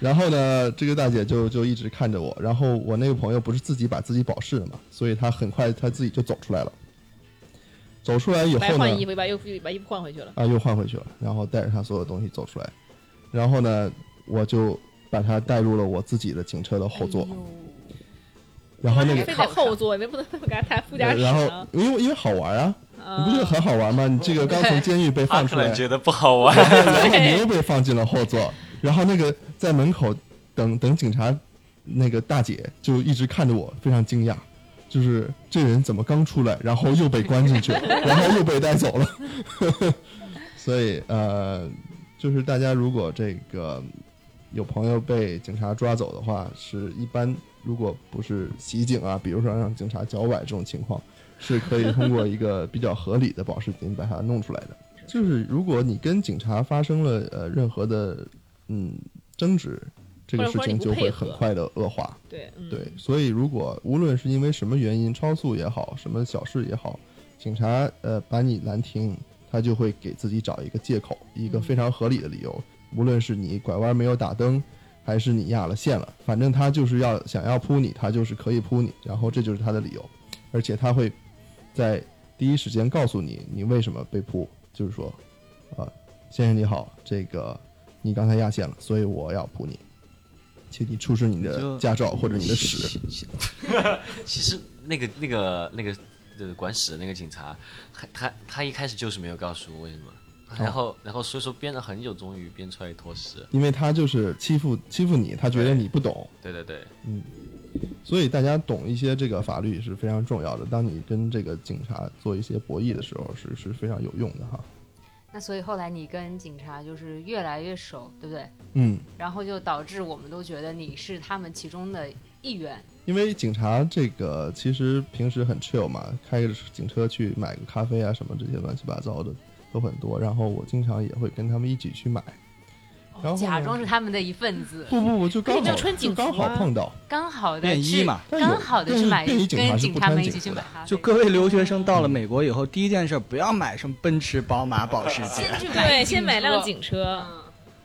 D: 然后呢，这个大姐就就一直看着我。然后我那个朋友不是自己把自己保释了嘛，所以她很快她自己就走出来了。走出来以
F: 白
D: 后呢
F: 换，衣服，把又又把衣服换回去了？
D: 啊，又换回去了，然后带着他所有东西走出来，然后呢，我就把他带入了我自己的警车的后
C: 哎
D: 座，然后那
F: 哎还
D: 个
F: 非得后座，你不能给他带副驾
D: 呃，
F: 驶
D: 然后
F: 呢
D: 因为因为好玩啊，你
F: 啊
D: 不觉得很好玩吗？你这个刚从监狱被
E: 他
D: 放出
E: 可
D: 来
E: 能，觉得不好 玩。
D: 然后你又被放进了后座，然后那个在门口等等警察那个大姐就一直看着我，非常惊讶。就是这人怎么刚出来，然后又被关进去，然后又被带走了。 所以呃，就是大家如果这个有朋友被警察抓走的话，是一般如果不是袭警啊，比如说让警察脚崴这种情况，是可以通过一个比较合理的保释金把它弄出来的。就是如果你跟警察发生了呃任何的嗯争执，这个
F: 或者
D: 事
F: 或者
D: 情
F: 你不
D: 就会
F: 配合
D: 很快的恶化。
F: 对嗯
D: 对，所以如果无论是因为什么原因，超速也好，什么小事也好，警察呃把你拦停，他就会给自己找一个借口，一个非常合理的理由。无论是你拐弯没有打灯，还是你压了线了，反正他就是要想要扑你，他就是可以扑你，然后这就是他的理由，而且他会在第一时间告诉你你为什么被扑，就是说，啊、先生你好，这个你刚才压线了，所以我要扑你。请你出示你
B: 你
D: 的
B: 就
D: 驾照或者你的屎，
E: 其实那个那个那个就是管屎的那个警察，他他他一开始就是没有告诉我为什么，然后然后所以说编了很久，终于编出来一坨屎。
D: 因为他就是欺负欺负你，他觉得你不懂，
E: 对对对，
D: 所以大家懂一些这个法律是非常重要的。当你跟这个警察做一些博弈的时候，是是非常有用的哈。
C: 那所以后来你跟警察就是越来越熟，对不对？
D: 嗯，
C: 然后就导致我们都觉得你是他们其中的一员，
D: 因为警察这个其实平时很 chill 嘛，开着警车去买个咖啡啊什么这些乱七八糟的都很多。然后我经常也会跟他们一起去买，然后呢
C: 假装是他们的一份子，
D: 不不不，就刚
F: 没
D: 好
F: 有穿
D: 就
F: 警
D: 刚
F: 服
D: 好
F: 啊
D: 碰到，
C: 刚好的
B: 便衣
C: 去
B: 嘛，
D: 但有
C: 刚好的
D: 但
C: 去
D: 是
C: 买
D: 便衣警察
C: 跟
D: 是
C: 警
D: 不
C: 察
D: 穿
C: 们一
D: 警
C: 起去
D: 服
C: 买
D: 的
F: 啊
C: 咖啡，
B: 就各位留学生到了美国以后，第一件事不要买什么奔驰、宝马、保时捷，
C: 去
F: 对，先买辆警车，
C: 嗯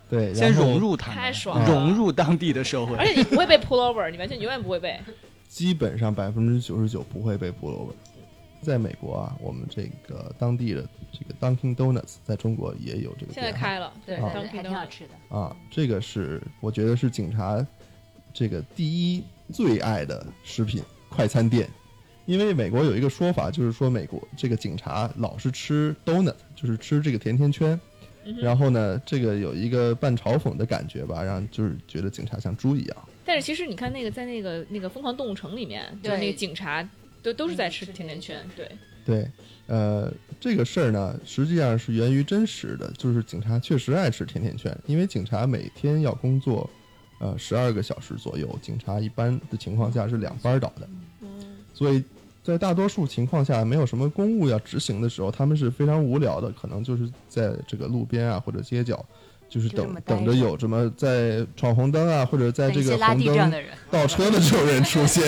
D: 对，
B: 先
D: 然后
B: 融入他们，
F: 太爽了哎
B: 融入当地的社会
F: 而。且你不会被 pull over，你完全永远不会被。
D: 基本上百分之九十九不会被 pull over。在美国啊，我们这个当地的这个 Dunkin' Donuts 在中国也有这个
F: 现在
D: 店
F: 开了，
C: 对对
D: 啊
C: 对，
F: 当
C: 还
F: 地
C: 挺好
F: 的。
C: 吃的。
D: 号啊，这个是我觉得是警察这个第一最爱的食品快餐店，因为美国有一个说法，就是说美国这个警察老是吃 donut，就是吃这个甜甜圈。然后呢，这个有一个半嘲讽的感觉吧，让就是觉得警察像猪一样。
F: 但是其实你看那个在那个那个疯狂动物城里面，就是
C: 对
F: 那个警察都都是在
C: 嗯
F: 吃
C: 吃
F: 甜甜
C: 甜
F: 圈
C: 圈，
F: 对，
D: 对，呃，这个事儿呢，实际上是源于真实的，就是警察确实爱吃甜甜圈，因为警察每天要工作，呃，十二个小时左右，警察一般的情况下是两班倒的，
C: 嗯
D: 所以在大多数情况下，没有什么公务要执行的时候，他们是非常无聊的，可能就是在这个路边啊或者街角。就是
C: 就这
D: 等
C: 么待
D: 等着
C: 着
D: 有什么在闯红灯啊，或者在
C: 等
D: 这
C: 一
D: 个
C: 些拉
D: 红
C: 地这样
D: 灯
C: 的 人，
D: 倒车的这种人出现，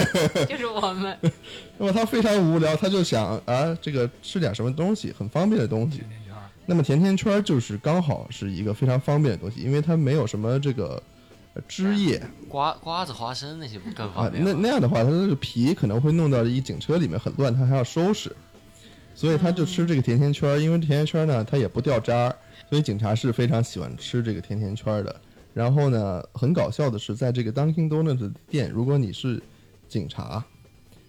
C: 就是我们。
D: 那么他非常无聊，他就想啊，这个吃点什么东西，很方便的东西。那么甜甜圈儿就是刚好是一个非常方便的东西，因为它没有什么这个呃汁液
E: 瓜瓜子、花生那些不更
D: 啊
E: 方，便吗？
D: 那那样的话，它这个皮可能会弄到一警车里面很乱，它还要收拾，所以他就吃这个甜甜圈儿，因为甜甜圈儿呢它也不掉渣儿，所以警察是非常喜欢吃这个甜甜圈儿的。然后呢，很搞笑的是，在这个 Dunkin' Donuts 的店，如果你是警察，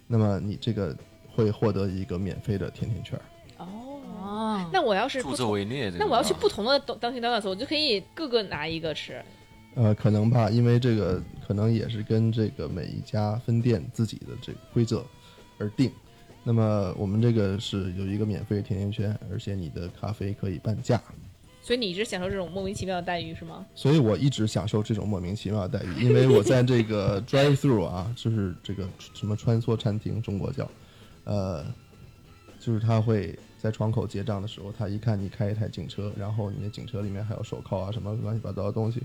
D: 那么你这个会获得一个免费的甜甜圈儿。
F: 哦，
C: 哦，
F: 那我要是
E: 助
F: 不
E: 纣为虐这个地
F: 那
E: 方。
F: 我要去不同的当当心当当我就可以各个拿一个吃。
D: 呃，可能吧，因为这个可能也是跟这个每一家分店自己的这个规则而定。那么我们这个是有一个免费甜甜圈，而且你的咖啡可以半价，
F: 所以你一直享受这种莫名其妙的待遇是吗？
D: 所以我一直享受这种莫名其妙的待遇，因 为我在这个 drive through 啊，就是这个什么穿梭餐厅，中国叫，呃，就是他会在窗口结账的时候，他一看你开一台警车，然后你的警车里面还有手铐啊什么乱七八糟的东西，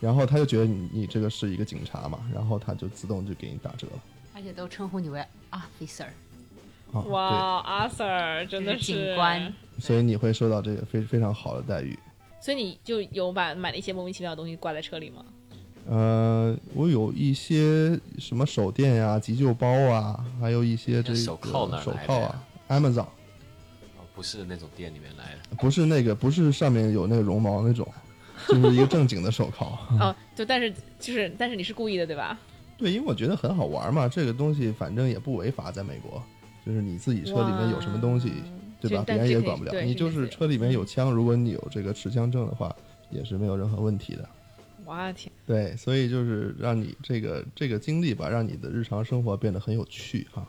D: 然后他就觉得你你这个是一个警察嘛，然后他就自动就给你打折了
C: 而且都称呼你为 officer，
D: 啊，
F: 哇，阿 Sir 真的
C: 是警官。
D: 对，所以你会受到这个非非常好的待遇。
F: 所以你就有把买了一些莫名其妙的东西挂在车里吗？
D: 呃，我有一些什么手电呀、急救包啊，还有一些
F: 哎
D: 这个
E: 手铐哪儿
D: 手
E: 来的
D: 铐啊，Amazon
E: 哦不是那种店里面来的，
D: 不是那个，不是上面有那个绒毛那种， 就是一个正经的手铐。
F: 哦，就但是就是但是你是故意的对吧？
D: 对，因为我觉得很好玩嘛，这个东西反正也不违法，在美国，就是你自己车里面有什么东西，对吧
F: 就？
D: 别
F: 但
D: 人
F: 这
D: 也
F: 可以
D: 管不了。
F: 对
D: 你
F: 这
D: 就
F: 个
D: 是
F: 是
D: 车里面有枪，如果你有这个持枪证的话，也是没有任何问题的。
F: 我的天，
D: 对，所以就是让你这个这个经历吧，让你的日常生活变得很有趣哈、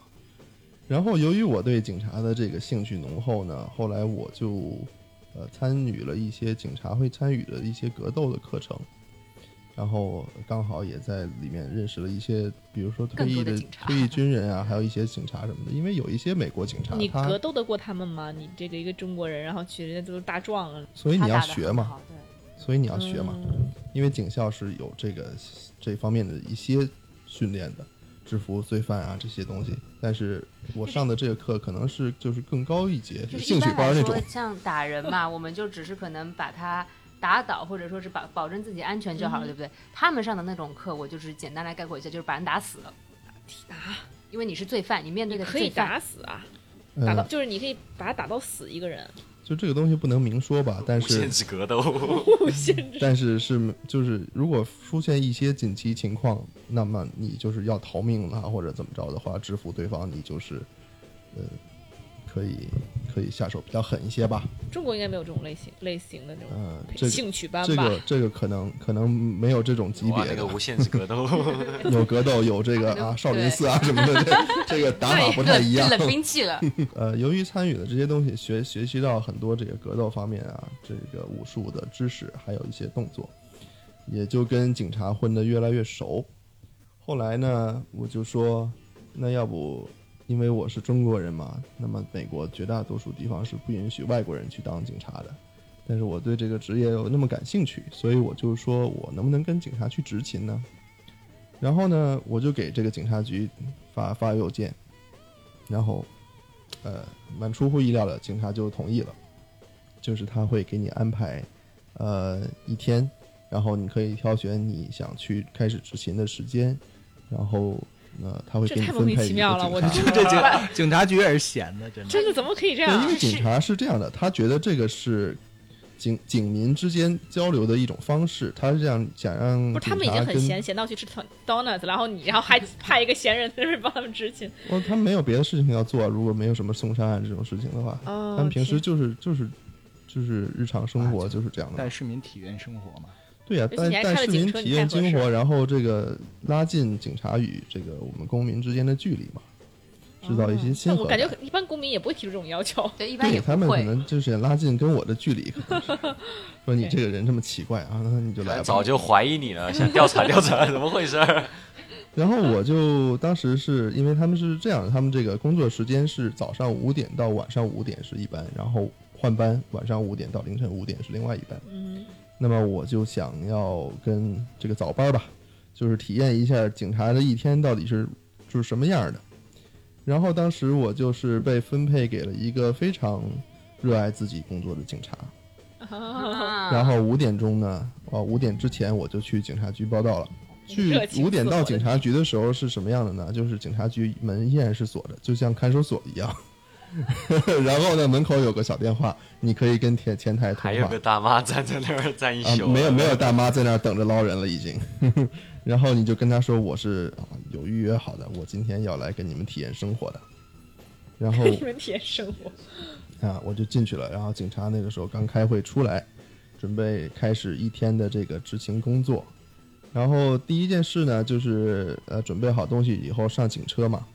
D: 然后由于我对警察的这个兴趣浓厚呢，后来我就呃参与了一些警察会参与的一些格斗的课程，然后刚好也在里面认识了一些，比如说退
C: 更
D: 役
C: 多的
D: 的
C: 警察
D: 退役军人啊，还有一些警察什么的，因为有一些美国警察
F: 你格
D: 啊他，
F: 斗得过他们吗？你这个一个中国人，然后去人家都是大壮了，
D: 所以
C: 他
D: 你要
C: 打得
D: 学
C: 很
D: 嘛，
C: 好，对，
D: 所以你要学嘛。
F: 嗯
D: 因为警校是有这个这方面的一些训练的，制服罪犯啊这些东西。但是我上的这个课可能是就是更高一节，
C: 就是
D: 兴
C: 一
D: 趣
C: 般
D: 班
C: 来
D: 那
C: 说
D: 种。
C: 像打人嘛，我们就只是可能把他打倒，或者说是保保证自己安全就
F: 嗯
C: 好了，对不对？他们上的那种课，我就是简单来概括一下，就是把人打死了，
F: 啊，
C: 因为你是罪犯，你面对
F: 你
C: 的是
F: 可以
C: 罪犯。
F: 打死啊，打到
D: 嗯，
F: 就是你可以把他打到死一个人，
D: 就这个东西不能明说吧，但
E: 无限
D: 是
E: 制格斗。
F: 不限制。
D: 但是是就是如果出现一些紧急情况，那么你就是要逃命了或者怎么着的话，制服对方你就是呃可以可以下手比较狠一些吧。
F: 中国应该没有这种类型类型的这种
D: 嗯、这个。
F: 兴趣班
D: 这
F: 吧？
D: 个这个可能可能没有这种级
E: 哇，
D: 别
E: 那
D: 的
E: 个，无限制格 斗，
D: 有格斗，有这个啊少林寺啊什么的，这这个打法不太一样
C: 冷。冷兵 器了，
D: 呃，由于参与的这些东西，学学习到很多这个格斗方面啊，这个武术的知识，还有一些动作，也就跟警察混得越来越熟。后来呢，我就说，那要不，因为我是中国人嘛，那么美国绝大多数地方是不允许外国人去当警察的。但是我对这个职业有那么感兴趣，所以我就说我能不能跟警察去执勤呢？然后呢，我就给这个警察局发发邮件，然后，呃，蛮出乎意料的，警察就同意了，就是他会给你安排，呃，一天，然后你可以挑选你想去开始执勤的时间，然后呃，他会
F: 这
D: 给你
F: 太
D: 分
F: 莫
D: 配
F: 名其
D: 一个
F: 妙了
D: 警
F: 我
D: 察
F: 真
B: 这警警 察局也是闲的，真的。
F: 真的怎么可以这
D: 对，因
F: 样？
D: 为警察是这样的，他觉得这个是警警民之间交流的一种方式，他是这样想让
F: 不是他们已
D: 警察
F: 经很
D: 跟
F: 闲，闲到去吃 donuts，然后你然后还派一个闲人在那边帮他们执勤。
D: 哦，他们没有别的事情要做，啊如果没有什么凶杀案这种事情的话，
F: 哦
D: 他们平时就是就是就是日常生活
B: 啊
D: 就是这样的
B: 带。市民体验生活嘛，
D: 对呀、
F: 且
D: 带
F: 你还
D: 带
F: 开了
D: 市
F: 警
D: 民
F: 车
D: 体
F: 你
D: 验
F: 太合
D: 生
F: 适
D: 活，然后这个拉近警察与这个我们公民之间的距离嘛，制造一些亲
F: 但
D: 和
F: 哦我感觉
D: 感
F: 一般公民也不会提出这种要求。
C: 对，一般
D: 对
C: 也
D: 他
C: 不
D: 们可
C: 会。
D: 能就是拉近跟我的距离，可 能是说你
F: 对
D: 这个人这么奇怪啊，那你就来吧。
E: 早就怀疑你了，想调查调查，怎么回事儿？
D: 然后我就当时是因为他们是这样的，他们这个工作时间是早上五点到晚上五点是一班，然后换班晚上五点到凌晨五点是另外一班。
F: 嗯，
D: 那么我就想要跟这个早班吧，就是体验一下警察的一天到底是就是什么样的。然后当时我就是被分配给了一个非常热爱自己工作的警察，然
F: 嗯
C: 然
D: 后五点钟呢，哦，五点之前我就去警察局报到了。
F: 嗯
D: 去
F: 热情
D: 五点
F: 似火
D: 到
F: 的
D: 警察局的时候是什么样的呢？就是警察局门依然是锁着，就像看守所一样。 然后呢，门口有个小电话，你可以跟前前台通
E: 还有
D: 话
E: 个。大妈站在那儿站一
D: 啊，
E: 宿、
D: 没有没有，大妈在那儿等着捞人了已经。 然后你就跟他说我是啊有预约好的，我今天要来跟你们体验生活的。然 后
F: 你们体验生 活，
D: 啊，我就进去了。然后警察那个时候刚开会出来，准备开始一天的这个执勤工作。然后第一件事呢，就是呃准备好东西以后上警车嘛。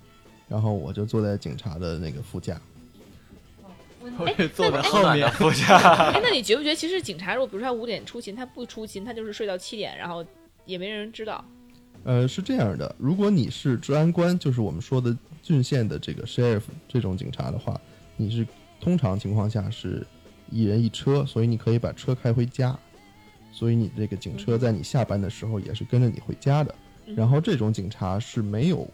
D: 然后我就坐在警察的那个副驾，
B: 我也坐在后
E: 暖
B: 面
E: 的。副驾，
F: 哎，那你觉不觉得其实警察如果比如说他五点出勤，他不出勤，他就是睡到七点，然后也没人知道。
D: 呃，是这样的，如果你是治安官，就是我们说的郡县的这个 sheriff 这种警察的话，你是通常情况下是一人一车，所以你可以把车开回家，所以你这个警车在你下班的时候也是跟着你回家的。然后这种警察是没有，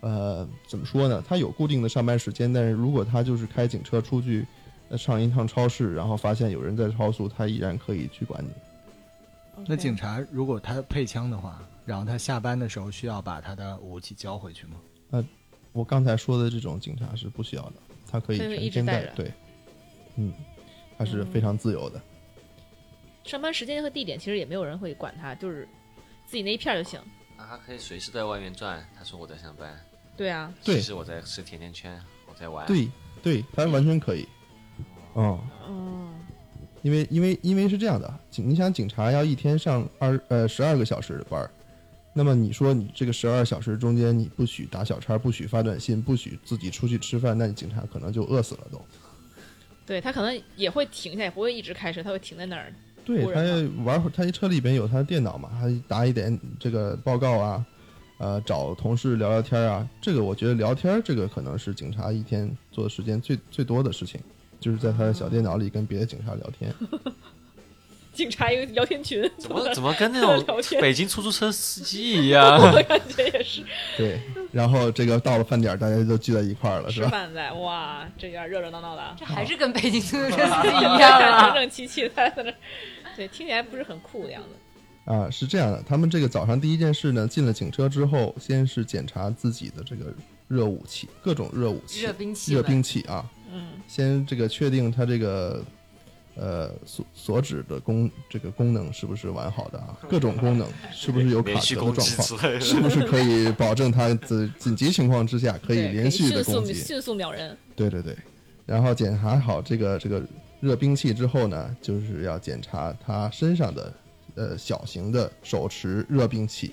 D: 呃，怎么说呢？他有固定的上班时间，但是如果他就是开警车出去呃上一趟超市，然后发现有人在超速，他依然可以去管你。
B: 那警察如果他配枪的话，然后他下班的时候需要把他的武器交回去吗？
D: 我刚才说的这种警察是不需要的，他可以
F: 所以一
D: 全
F: 直
D: 天
F: 带
D: 带
F: 着
D: 对，嗯，他是非常自由的。
F: 上班时间和地点其实也没有人会管他，就是自己那一片儿就行。
E: 他可以随时在外面转。他说我在上班，
F: 对啊，
D: 对
E: 其实我在吃甜甜圈，我在玩。，
F: 嗯
D: 对对，他完全可以。嗯，
F: 哦，
D: 因为因为因为是这样的，警你想警察要一天上二呃十二个小时的班儿，那么你说你这个十二小时中间你不许打小差，不许发短信，不许自己出去吃饭，那你警察可能就饿死了都。
F: 对他可能也会停下，也不会一直开车，他会停在那儿。
D: 对
F: 雇
D: 他
F: 人
D: 玩会儿，他车里边有他的电脑嘛，他打一点这个报告啊，呃，找同事聊聊天啊。这个我觉得聊天儿这个可能是警察一天做的时间最最多的事情，就是在他的小电脑里跟别的警察聊 天。
F: 警察一个聊天群，
E: 怎 么怎么跟那
F: 聊
E: 种
F: 天
E: 北京出租车司机一样？
F: 我感觉也是
D: 对，然后这个到了饭点儿，大家就聚在一块儿了，是
F: 吃
D: 吧？
F: 饭在，哇，这有点热热闹闹的 啊，
C: 这还是跟北京出租车司机一样
F: 整
C: 啊。
F: 整齐齐的在那儿，对，听起来不是很酷的样子。
D: 啊，是这样的，他们这个早上第一件事呢，进了警车之后，先是检查自己的这个热武器，各种热武器
C: 热、兵器，
D: 热兵器啊，
F: 嗯，
D: 先这个确定它这个呃所所指的功这个功能是不是完好的啊？各种功能是不是有卡
E: 连续
D: 壳的
E: 攻
D: 状
E: 击 之
D: 况？
E: 类
D: 是
E: 的。
D: 不是可以保证它在紧急情况之下可以
F: 对
D: 连续
F: 迅
D: 的
F: 速
D: 攻击？
F: 迅速秒人。
D: 对对对。然后检查好这个这个热兵器之后呢，就是要检查他身上的呃小型的手持热兵器。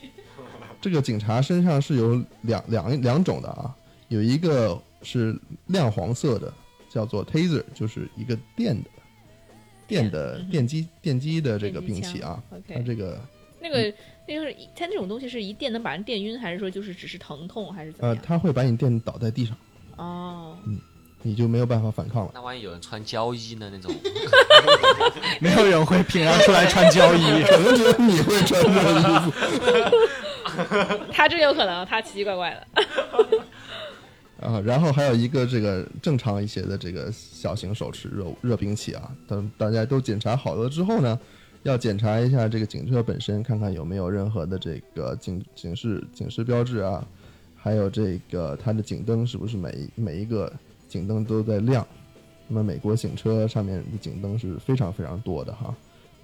D: 这个警察身上是有两两两种的啊，有一个是亮黄色的，叫做 taser，就是一个电的电的电击电击的这个
F: 嗯电击
D: 兵器啊。它
F: OK，
D: 这个
F: 那个那个是一，它这种东西是一电能把人电晕，还是说就是只是疼痛，还是怎么
D: 呃，
F: 样？
D: 它会把你电倒在地上。
F: 哦，
D: 你就没有办法反抗了。
E: 那万一有人穿胶衣呢？那种
B: 没有人会平安出来穿胶衣。
D: 可能觉得你会穿这个衣服。
F: 他真有可能，他奇奇怪怪的。
D: 啊，然后还有一个这个正常一些的这个小型手持热热兵器啊，等大家都检查好了之后呢，要检查一下这个警车本身，看看有没有任何的这个警警示警示标志啊，还有这个它的警灯是不是每一每一个警灯都在亮。那么美国警车上面的警灯是非常非常多的哈，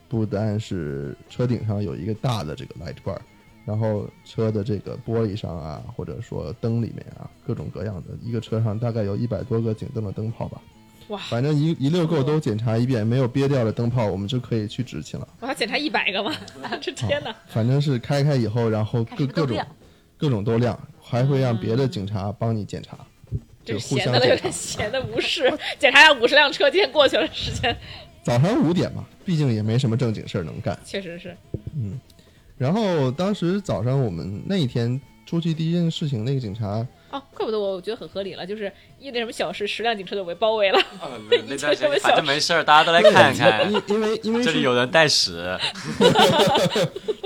D: 不单是车顶上有一个大的这个 light bar，然后车的这个玻璃上啊，或者说灯里面啊，各种各样的，一个车上大概有一百多个警灯的灯泡吧。
F: 哇
D: 反正一一溜够都检查一遍，没有憋掉的灯泡，我们就可以去执勤了。
F: 我要检查一百个吗？
D: 哦
F: 这天哪！
D: 反正是开开以后，然后
C: 看什么都
D: 各各种
C: 亮
D: 各种都亮，还会让别的警察帮你检查，
F: 这
D: 就是互
F: 闲
D: 相
F: 的了，有
D: 检查
F: 点。闲的无视。检查一下五十辆车，今天过去了，时间
D: 早上五点嘛，毕竟也没什么正经事儿能干。嗯
F: 确实是。
D: 然后当时早上我们那一天出去第一件事情，那个警察
F: 哦，怪不得我，我觉得很合理了，就是因那什么小事，十辆警车都围包围了。
E: 啊，
F: 你
E: 那
F: 这
E: 段
F: 这么
E: 时间反
F: 小
E: 正没事儿，大家都来看看。
D: 因因为因为
E: 这里
D: 是
E: 有人带屎，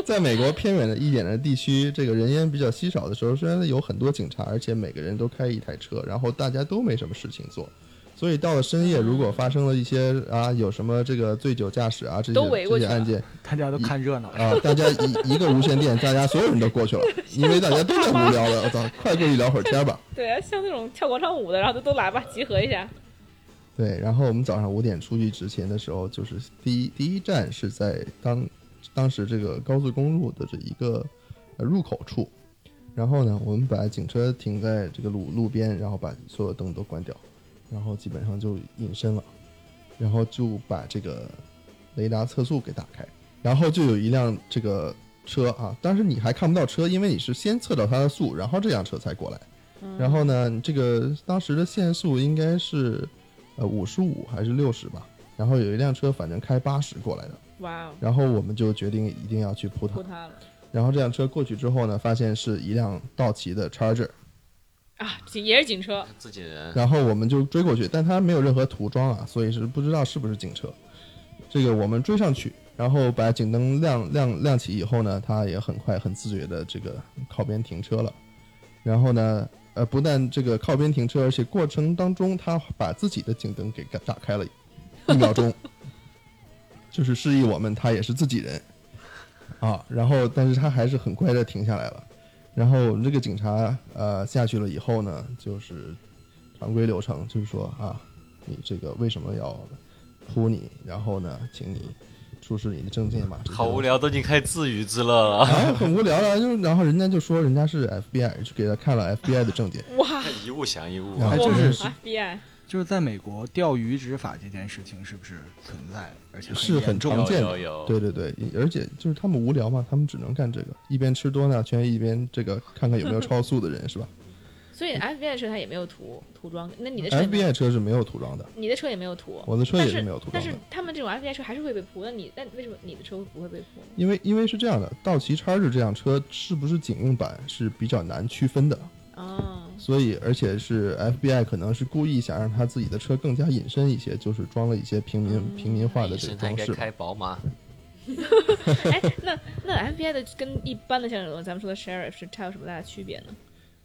D: 在美国偏远的一点的地区，这个人烟比较稀少的时候，虽然有很多警察，而且每个人都开一台车，然后大家都没什么事情做。所以到了深夜，如果发生了一些啊有什么这个醉酒驾驶啊这
F: 都围
D: 些
F: 过
D: 这
F: 去
D: 些案件
B: 大家都看热闹，
D: 啊，大家一一个无线电，大家所有人都过去了，因为大家都太无聊了，我操，快过去聊会儿天吧。
F: 对啊，像那种跳广场舞的，然后都都来吧，集合一下。
D: 对，然后我们早上五点出去执勤的时候，就是第一第一站是在当当时这个高速公路的这一个呃入口处，然后呢，我们把警车停在这个路路边，然后把所有灯都关掉，然后基本上就隐身了，然后就把这个雷达测速给打开，然后就有一辆这个车啊，但是你还看不到车，因为你是先测到它的速，然后这辆车才过来。然后呢，这个当时的限速应该是呃五十五还是六十吧。然后有一辆车，反正开八十过来的，
F: 哇哦，
D: 然后我们就决定一定要去扑它
F: 扑。他了
D: 然后这辆车过去之后呢，发现是一辆道奇的 Charger，
F: 啊！警也是警车，
E: 自己人
D: 然后我们就追过去，但它没有任何涂装啊，所以是不知道是不是警车。这个我们追上去，然后把警灯亮亮亮起以后呢，它也很快很自觉的这个靠边停车了。然后呢，呃，不但这个靠边停车，而且过程当中它把自己的警灯给打开了一秒钟，就是示意我们他也是自己人啊。然后，但是他还是很快的停下来了。然后我们这个警察呃下去了以后呢，就是常规流程，就是说啊，你这个为什么要扑你？然后呢，请你出示你的证件吧。这个
E: 好无聊，都已经开始自娱自乐了。
D: 啊，很无聊了。就然后人家就说人家是 FBI，就给他看了 FBI 的证件。
F: 哇
E: 一物降一物，
D: 哎
B: 哎，
D: 就
B: 就是是
F: ！FBI
B: 就是在美国钓鱼执法这件事情是不是存在的，而且
D: 是很
B: 严重
D: 常
E: 有
D: 见
E: 有
D: 的
E: 有，
D: 对对对，而且就是他们无聊嘛，他们只能干这个，一边吃多纳圈，一边这个看看有没有超速的人，是吧
F: 所
D: 嗯
F: 以 FBI 车它也没有涂涂装，那你的车也没有
D: ？FBI 车是没有涂装的，
F: 你的车也没有涂，
D: 我的车也
F: 但
D: 是
F: 是
D: 没有涂
F: 但
D: 装的
F: 是，他们这种 FBI 车还是会被扑，那你那为什么你的车不会被扑？
D: 因为因为是这样的，道奇叉是这辆车是不是警用版是比较难区分的，
F: 哦，
D: 所以而且是 FBI 可能是故意想让他自己的车更加隐身一些，就是装了一些平民平民化的
E: 医
D: 这个
E: 生嗯他
D: 装
E: 应该
D: 饰吧。
E: 开宝马，
F: 哎，那那 FBI 的跟一般的像这种咱们说的 sheriff 是它有什么大的区别呢？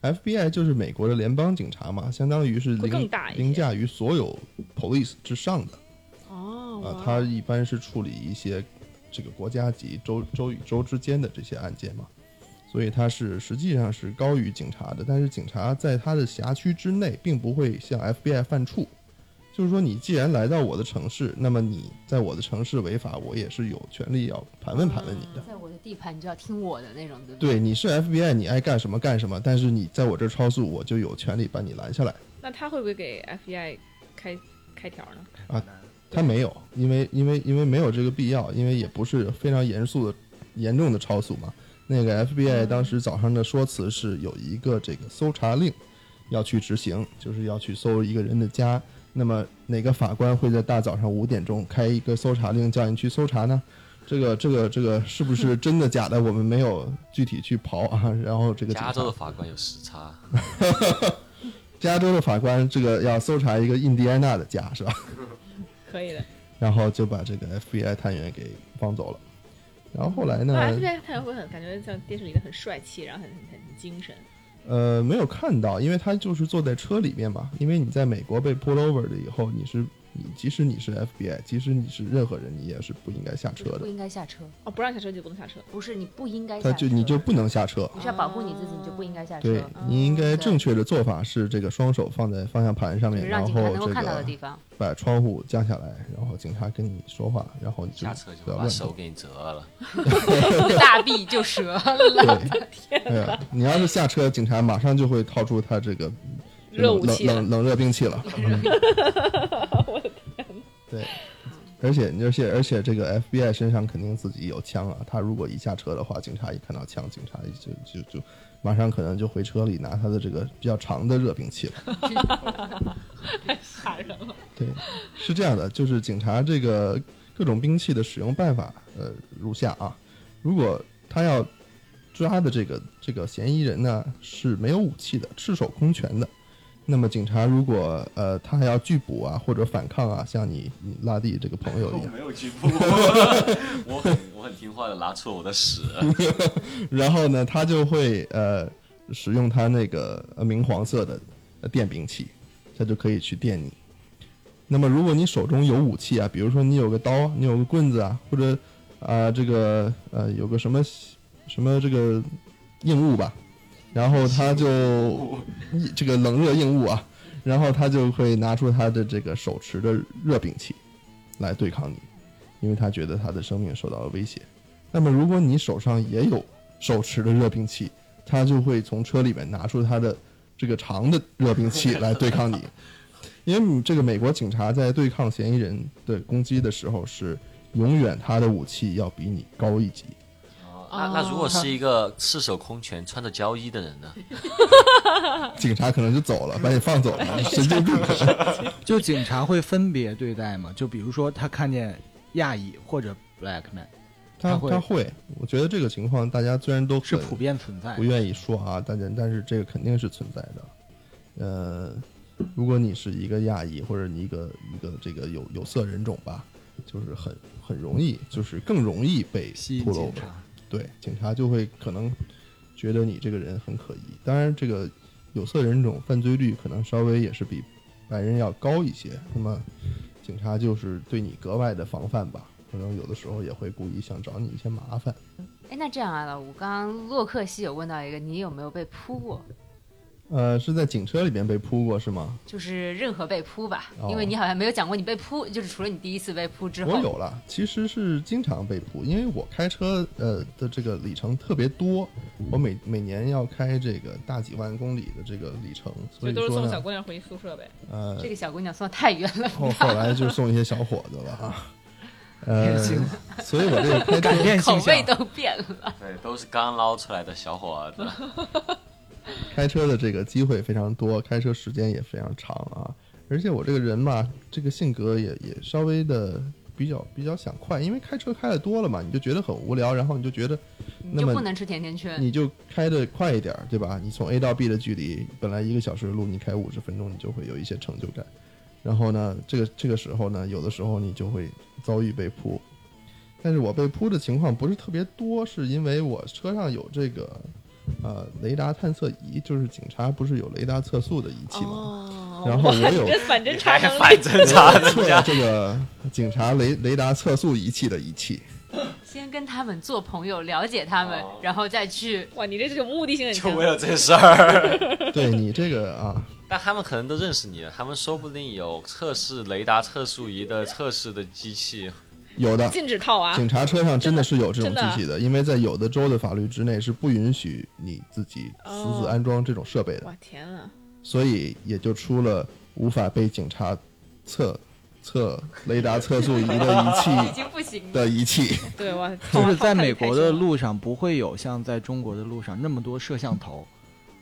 D: FBI 就是美国的联邦警察嘛，相当于是
F: 会更
D: 凌
F: 大一些
D: 凌驾于所有 police 之上的。
F: 哦，
D: 啊
F: 哇，
D: 它一般是处理一些这个国家级、州州与州之间的这些案件嘛，所以它是实际上是高于警察的，但是警察在它的辖区之内，并不会向 FBI 犯怵。就是说，你既然来到我的城市，那么你在我的城市违法，我也是有权利要盘问盘问你的。
C: 在我的地盘，你就要听我的那种，对不
D: 对，你是 FBI，你爱干什么干什么，但是你在我这儿超速，我就有权利把你拦下来。
F: 那他会不会给 FBI 开开条呢？
D: 他没有，因为因为因为没有这个必要，因为也不是非常严肃的、严重的超速嘛。那个 FBI 当时早上的说辞是有一个这个搜查令要去执行，就是要去搜一个人的家。那么哪个法官会在大早上五点钟开一个搜查令叫你去搜查呢？这个这个这个是不是真的假的？我们没有具体去刨啊。然后这个警
E: 加
D: 察
E: 州的法官有时差，
D: 加州的法官这个要搜查一个印第安纳的家是吧？
F: 可以的。
D: 然后就把这个 FBI 探员给放走了。然后后来呢？
F: 那 FBI 探员会很感觉像电视里的很帅气，然后很很很精神。
D: 呃，没有看到，因为他就是坐在车里面嘛。因为你在美国被 pull over 了以后，你是你，即使你是 FBI，即使你是任何人，你也是不应该下车
C: 不
D: 的。
C: 应该下车，
F: 哦，不让下车就不能下
D: 嗯
F: 车。
C: 不是你不应该下
D: 他
C: 车，
D: 就你就不能下车。
C: 你是要保护你自己，你就不应该下车，
D: 对你应该正确的做法是这个双手放在方向盘上
C: 就
D: 面，
C: 是
D: 然
C: 让
D: 后
C: 警察能够
D: 这
C: 看到的
D: 个
C: 地 方。
D: 把窗户降下来，然后警察跟你说话，然后你就
E: 下车就
D: 不要
E: 把
D: 乱
E: 手
D: 动。
E: 给你折了，
C: 大臂就折了，
D: 对，对啊，你要是下车，警察马上就会掏出他这个这
F: 热
D: 种
F: 武
D: 冷
F: 器
D: 冷冷热兵器了。嗯对，而且而且而且这个 FBI 身上肯定自己有枪啊，他如果一下车的话，警察一看到枪，警察就就就马上可能就回车里拿他的这个比较长的热兵器了。
A: 吓人了。
D: 对，是这样的，就是警察这个各种兵器的使用办法，呃，如下啊，如果他要抓的这个这个嫌疑人呢是没有武器的，赤手空拳的，那么警察如果呃他还要拒捕啊或者反抗啊，像你你拉蒂这个朋友一
E: 我
D: 样，
E: 没有去扑， 我很我很听话的拿出了我的屎，
D: 然后呢他就会呃使用他那个呃明黄色的呃电兵器，他就可以去电你。那么如果你手中有武器啊，比如说你有个刀啊，你有个棍子啊，或者啊、这个呃有个什么什么这个硬物吧，然后他就 一这个冷热硬物啊，然后他就会拿出他的这个手持的热兵器来对抗你，因为他觉得他的生命受到了威胁。那么如果你手上也有手持的热兵器，他就会从车里面拿出他的这个长的热兵器来对抗你。因为你这个美国警察在对抗嫌疑人的攻击的时候，是永远他的武器要比你高一级。
E: 哦那那如果是一个赤手空拳穿着胶衣的人呢？
D: 警察可能就走了，把你放走了，神经病！
B: 就警察会分别对待吗？就比如说他看见亚裔或者 black man
D: 他
B: 他会
D: 他会，我觉得这个情况大家虽然都
B: 是
D: 很
B: 普遍存在
D: 不
B: 的，
D: 愿意说啊，但是但是这个肯定是存在的。呃，如果你是一个亚裔或者你一个一个这个有有色人种吧，就是很很容易，就是更容易被
B: 吸
D: p
B: 引
D: u
B: 警
D: l
B: 察。
D: 对，警察就会可能觉得你这个人很可疑。当然，这个有色人种犯罪率可能稍微也是比白人要高一些。那么，警察就是对你格外的防范吧，可能有的时候也会故意想找你一些麻烦。
C: 哎，那这样啊，老吴，刚刚洛克西有问到一个，你有没有被扑过？
D: 呃，是在警车里面被扑过是吗？
C: 就是任何被扑吧，
D: 哦
C: 因为你好像没有讲过你被扑，就是除了你第一次被扑之后，
D: 我有了，其实是经常被扑，因为我开车呃的这个里程特别多，我每每年要开这个大几万公里的这个里程，所
F: 所
D: 以
F: 以都是
D: 说
F: 送小
D: 呢，
F: 姑娘回宿舍呗。
D: 呃，
C: 这个小姑娘送的太远 了，
D: 后后来就送一些小伙子 了啊，呃，所以我这个开车
B: 感电
C: 口
B: 信箱
C: 味都变了。
E: 对，都是刚捞出来的小伙 子。
D: 开车的这个机会非常多，开车时间也非常长啊。而且我这个人嘛，这个性格也也稍微的比较比较想快，因为开车开的多了嘛，你就觉得很无聊，然后你就觉得
C: 你
D: 那
C: 就
D: 么
C: 不能吃甜甜圈，
D: 你就开的快一点儿，对吧？你从 A 到 B 的距离，本来一个小时的路，你开五十分钟，你就会有一些成就感。然后呢，这个这个时候呢，有的时候你就会遭遇被扑。但是我被扑的情况不是特别多，是因为我车上有这个呃雷达探测仪，就是警察不是有雷达测速的仪器吗？
F: 哦
D: 然后我有
F: 这反侦查
E: 还
F: 能
E: 反
F: 力，
E: 侦查
D: 我测了
E: 人家，
D: 这个警察雷雷达测速仪器的仪器，
C: 先跟他们做朋友，了解他们，
E: 哦
C: 然后再去。
F: 哇，你这是有目的性很
E: 就
F: 强。
E: 为了这事儿。
D: 对你这个啊，
E: 但他们可能都认识你了，他们说不定有测试雷达测速仪的测试的机器。
D: 有的
F: 禁止套娃、
D: 警察车上真的是有这种
F: 啊真的啊
D: 机器的，因为在有的州的法律之内是不允许你自己私自安装这种设备的，
F: 哇天啊！
D: 所以也就出了无法被警察测测雷达测速仪的仪
C: 已
D: 器
C: 经不行了，
D: 的仪器。
F: 对，哇，套
B: 就
F: 娃
B: 是
F: 套太
B: 在美
F: 太
B: 国
F: 凶了，
B: 的路上不会有像在中国的路上那么多摄像头，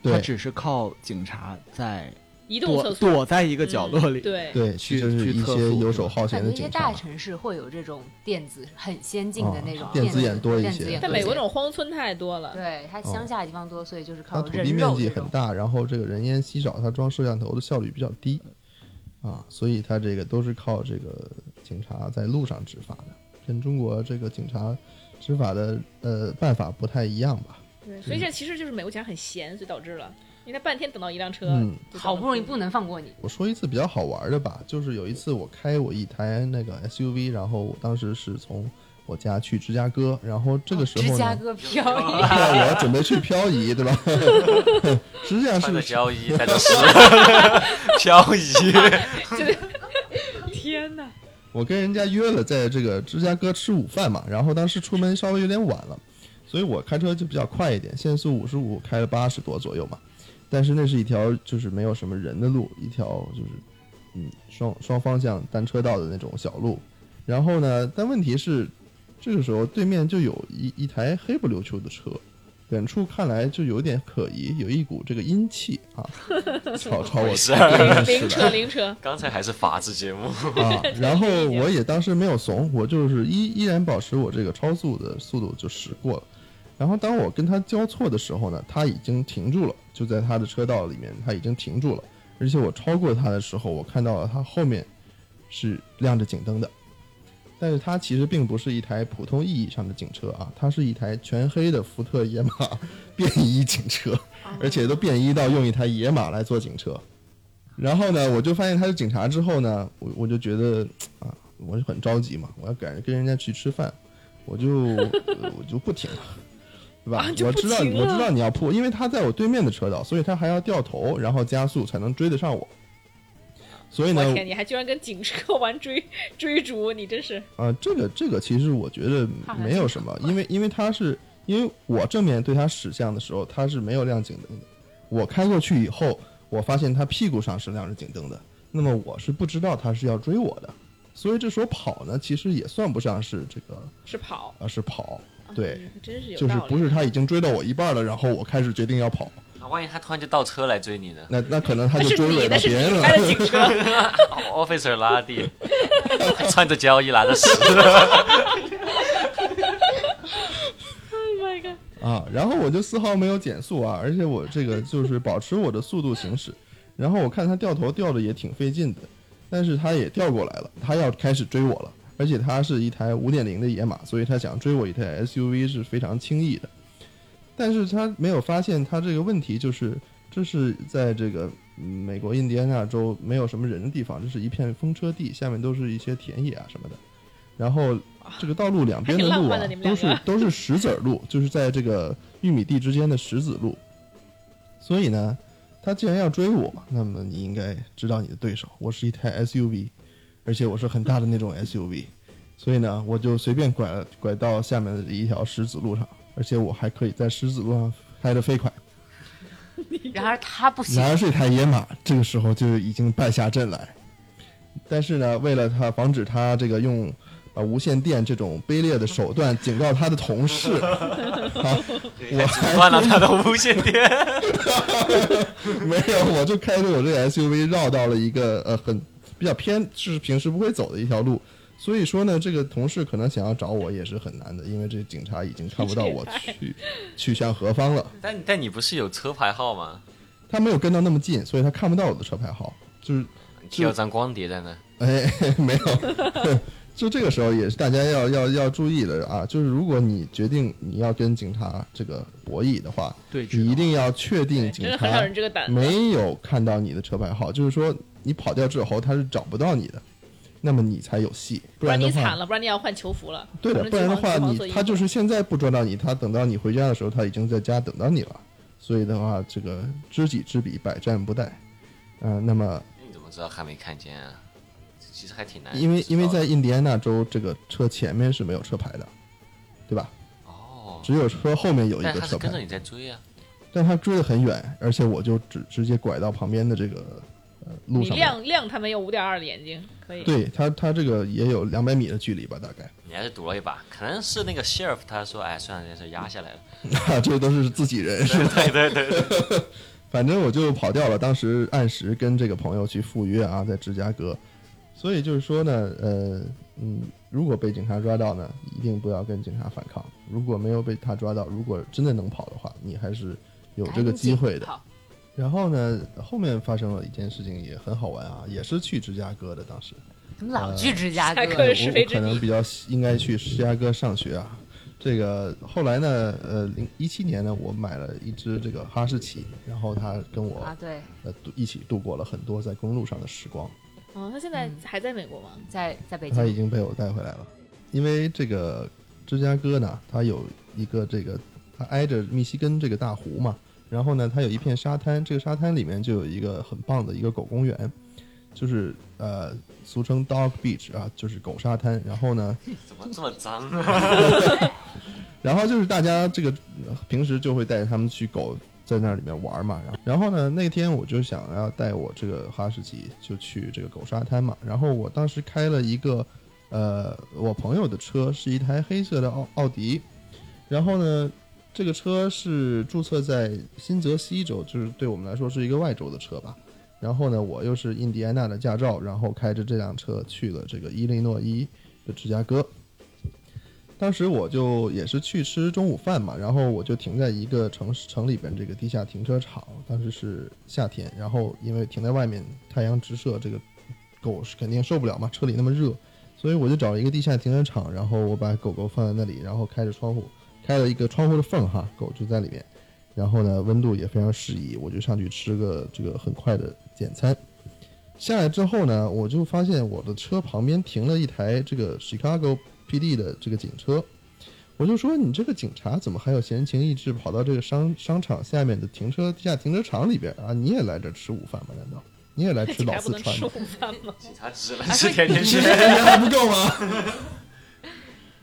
B: 它
D: 对
B: 只是靠警察在
F: 移动
B: 躲
F: 厕所，嗯
B: 躲在一个角落里，
F: 对，
D: 对，
B: 去
D: 就是
B: 去
D: 一
B: 厕
D: 些
B: 所
D: 游手好
C: 感
D: 闲
C: 觉
D: 的
C: 一些
D: 警
C: 大
D: 察。
C: 城市会有这种电子很先进的那种
D: 哦电子眼多一
C: 电
D: 些
C: 子眼
F: 但
C: 多一
F: 美国
C: 些
F: 这种荒村太多了，
C: 对它乡下的地方多，所以就是
D: 它
C: 靠
D: 土
C: 人
D: 地面
C: 肉
D: 积
C: 这
D: 很
C: 种。
D: 大，然后这个人烟稀少，它装摄像头的效率比较低，啊，所以它这个都是靠这个警察在路上执法的，跟中国这个警察执法的呃办法不太一样吧？
F: 对，所以这其实就是美国警察很闲，所以导致了，因为他半天等到一辆车，
D: 嗯
F: 就等
C: 好
F: 了
C: 不容易
F: 四
C: 不能放过你，
D: 我说一次比较好玩的吧，就是有一次我开我一台那个 SUV，然后我当时是从我家去芝加哥，然后这个时
C: 哦芝
D: 候
C: 加
D: 呢，
C: 哥漂移，
D: 对我准备去漂移， 对吧？ 实际上
E: 穿
D: 是
E: 着漂移带着 湿，漂移，
F: 天
C: 啊
F: 哪，
D: 我跟人家约了在这个芝加哥吃午饭嘛，然后当时出门稍微有点晚了，所以我开车就比较快一点，限速五十五，开了八十多左右嘛。但是那是一条就是没有什么人的路，一条就是嗯双双方向单车道的那种小路。然后呢，但问题是，这个时候对面就有一一台黑不溜秋的车，远处看来就有点可疑，有一股这个阴气啊，朝朝我
E: 没事
D: 对面驶
F: 灵
D: 来
F: 车灵车，
E: 刚才还是法制节目，
D: 啊，然后我也当时没有怂，我就是依依然保持我这个超速的速度就驶过了。然后当我跟他交错的时候呢，他已经停住了，就在他的车道里面，他已经停住了。而且我超过他的时候，我看到了他后面是亮着警灯的，但是它其实并不是一台普通意义上的警车啊，它是一台全黑的福特野马便衣警车，
F: 哦
D: 而且都便衣到用一台野马来做警车。然后呢，我就发现他是警察之后呢，我我就觉得啊，我就很着急嘛，我要赶着跟人家去吃饭，我就呃我就不停了，对吧？
F: 啊就
D: 我
F: 不
D: 知道
F: 停
D: 我知
F: 了
D: 道你要扑，因为他在我对面的车道，所以他还要掉头，然后加速才能追得上我。所以呢，
F: 我天，你还居然跟警车玩追追逐，你真是
D: 啊，这个这个其实我觉得
C: 看来
D: 没有什么，因为因为他是因为我正面对他驶向的时候，他是没有亮警灯的。我开过去以后，我发现他屁股上是亮着警灯的，那么我是不知道他是要追我的，所以这时候跑呢，其实也算不上是这个，呃
F: 是跑，
D: 而是跑，对
F: 嗯，真是有
D: 就是
F: 道理，
D: 不是他已经追到我一半了，然后我开始决定要跑，
E: 啊万一他突然就倒车来追你呢
D: 那那可能他
F: 那
D: 就是追
F: 你
D: 尾
F: 那
D: 到
F: 是
D: 别
F: 你
D: 人了。
F: 开的警 车，
E: 哦？Officer 拉蒂，还 穿着胶衣拿着屎，
C: ，Oh
D: 啊，然后我就丝毫没有减速啊，而且我这个就是保持我的速度行驶。然后我看他掉头掉的也挺费劲的，但是他也掉过来了，他要开始追我了，而且他是一台五点零的野马，所以他想追我一台 SUV 是非常轻易的。但是他没有发现他这个问题就是，这是在这个嗯美国印第安纳州没有什么人的地方，这是一片风车地，下面都是一些田野啊什么的。然后这个道路两边的
F: 啊还挺浪
D: 路啊
F: 漫的你，们
D: 都
F: 两个
D: 是都是石子儿路，就是在这个玉米地之间的石子路。所以呢，他既然要追我，那么你应该知道你的对手，我是一台 SUV，而且我是很大的那种 SUV，所以呢，我就随便拐了拐到下面的一条石子路上，而且我还可以在石子路上开得飞快。
C: 然而他不行
D: 然，而这台野马这个时候就已经败下阵来，但是呢，为了他防止他这个用呃无线电这种卑劣的手段警告他的同事，
E: 我 阻断了他的无线电，
D: 没有，我就开着我这个 SUV 绕到了一个呃很比较偏，是平时不会走的一条路。所以说呢，这个同事可能想要找我也是很难的，因为这警察已经看不到我去去向何方了。
E: 但但你不是有车牌号吗？
D: 他没有跟到那么近，所以他看不到我的车牌号。就是
E: 你贴了张光碟在那，
D: 哎，没有， 就这个时候也是大家要要要注意了啊！就是如果你决定你要跟警察这个博弈的话，
B: 对峙的
D: 你一定要确定警
F: 真的
D: 察
F: 很少人这个胆子。
D: 没有看到你的车牌号，就是说你跑掉之后他是找不到你的，那么你才有戏，不
F: 不然
D: 然的
F: 你
D: 话
F: 惨，了，不然你要换囚服了。
D: 对的，不然的话你他就是是现在不抓到你，他等到你回家的时候他已经在家等到你了，所以的话这个知己知彼，百战不殆。嗯、那么
E: 你怎么知道他没看见啊？其实还挺难，
D: 因为因为在
E: 知
D: 印第安纳州，这个车前面是没有车牌的，对吧？
E: 道的哦，
D: 只有车后面有一
E: 但
D: 个
E: 他是
D: 车
E: 跟着
D: 牌，
E: 你在追啊，
D: 但他追得很远，而且我就直直接拐到旁边的这个呃路
F: 你
D: 上面。
F: 亮亮他没有五点二的眼睛，可以。
D: 对他，他这个也有两百米的距离吧，大概。
E: 你还是赌了一把，可能是那个 sheriff 他说，哎，算了，这件事压下来了，
D: 这都是自己人，是吧？
E: 对对对，
D: 反正我就跑掉了。当时按时跟这个朋友去赴约啊，在芝加哥。所以就是说呢，呃，嗯，如果被警察抓到呢，一定不要跟警察反抗。如果没有被他抓到，如果真的能跑的话，你还是有这个机会的。
C: 好，
D: 然后呢，后面发生了一件事情也很好玩啊，也是去芝加哥的，当时
C: 怎么老去芝加哥？
F: 下课是
D: 我
F: 非
D: 我
F: 之
D: 可能比较应该去芝加哥上学啊。这个后来呢，呃，零一七年呢，我买了一只这个哈士奇，然后它跟我
C: 啊，对，
D: 呃度一起度过了很多在公路上的时光。
F: 哦，他现在
C: 嗯
F: 还在美国吗？
C: 在在北
D: 它已
C: 京，
D: 经被我带回来了，因为这个芝加哥呢，它有一个这个，它挨着密西根这个大湖嘛，然后呢，它有一片沙滩，这个沙滩里面就有一个很棒的一个狗公园，就是呃，俗称 Dog Beach 啊，就是狗沙滩。然后呢，
E: 怎么这么脏 啊？
D: 然后就是大家这个呃平时就会带着他们去狗在那里面玩嘛，然后然后呢，那天我就想要带我这个哈士奇就去这个狗沙滩嘛，然后我当时开了一个，呃，我朋友的车是一台黑色的奥奥迪，然后呢，这个车是注册在新泽西州，就是对我们来说是一个外州的车吧。然后呢，我又是印第安纳的驾照，然后开着这辆车去了这个伊利诺伊的芝加哥。当时我就也是去吃中午饭嘛，然后我就停在一个城市城里边这个地下停车场，当时是夏天，然后因为停在外面太阳直射，这个狗是肯定受不了嘛，车里那么热，所以我就找了一个地下停车场，然后我把狗狗放在那里，然后开着窗户，开了一个窗户的缝哈，狗就在里面，然后呢温度也非常适宜，我就上去吃个这个很快的简餐。下来之后呢，我就发现我的车旁边停了一台这个 Chicago PD 的这个警车，我就说你这个警察怎么还有闲情逸致跑到这个商商场下面的停车地下停车场里边啊？你也来这儿吃午饭吗？难道你也来吃
F: 警
D: 老
F: 察不
D: 四
F: 能
D: 川
F: 吃
D: 的
F: 午？饭吗？
E: 警察只能 吃甜甜圈。
D: 还 不够吗？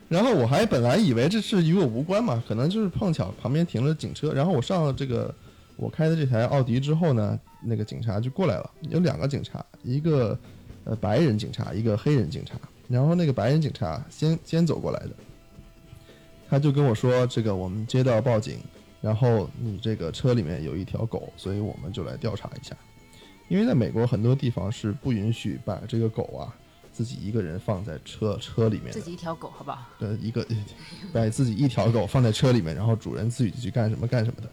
D: 然后我还本来以为这事与我无关嘛，可能就是碰巧旁边停了警车，然后我上了这个我开的这台奥迪之后呢，那个警察就过来了，有两个警察，一个呃白人警察，一个黑人警察。然后那个白人警察先先走过来的，他就跟我说：“这个我们接到报警，然后你这个车里面有一条狗，所以我们就来调查一下。因为在美国很多地方是不允许把这个狗啊自己一个人放在车车里面的
C: 自，己一条狗，好不好？
D: 呃，一个把自己一条狗放在车里面，然后主人自己去干什么干什么的。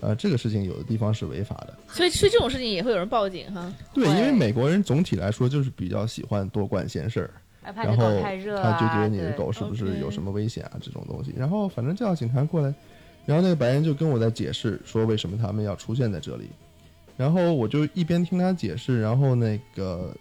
D: 呃，这个事情有的地方是违法的。
F: 所以，所以这种事情也会有人报警哈。
D: 对，因为
C: 会
D: 美国人总体来说就是比较喜欢多管闲事儿，
C: 哎，怕你
D: 然
C: 的
D: 后
C: 狗太热
D: 他
C: 啊，
D: 就觉得你的
C: 对
D: 狗是不是
F: OK
D: 有什么危险啊这种东西。然后反正叫警察过来，然后那个白人就跟我在解释说为什么他们要出现在这里，然后我就一边听他解释，然后那个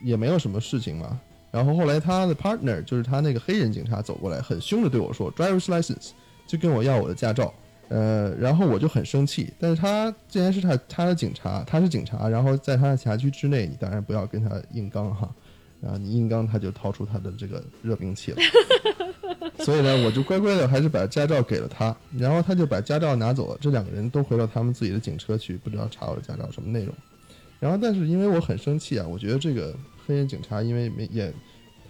D: 也没有什么事情嘛。然后后来他的 partner 就是他那个黑人警察走过来，很凶的对我说 driver's license，就跟我要我的驾照。呃，然后我就很生气，但是他既然是他他的警察，他是警察，然后在他的辖区之内，你当然不要跟他硬刚哈，然后你硬刚他就掏出他的这个热兵器了，所以呢，我就乖乖的还是把驾照给了他，然后他就把驾照拿走了，这两个人都回到他们自己的警车去，不知道查我的驾照什么内容，然后但是因为我很生气啊，我觉得这个黑人警察因为没也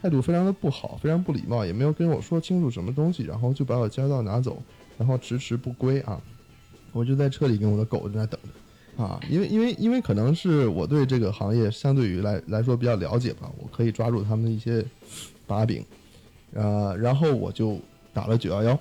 D: 态度非常的不好，非常不礼貌，也没有跟我说清楚什么东西，然后就把我驾照拿走。然后迟迟不归啊，我就在车里跟我的狗在那等着啊，因为因为因为可能是我对这个行业相对于来来说比较了解吧，我可以抓住他们的一些把柄，呃，然后我就打了九幺幺，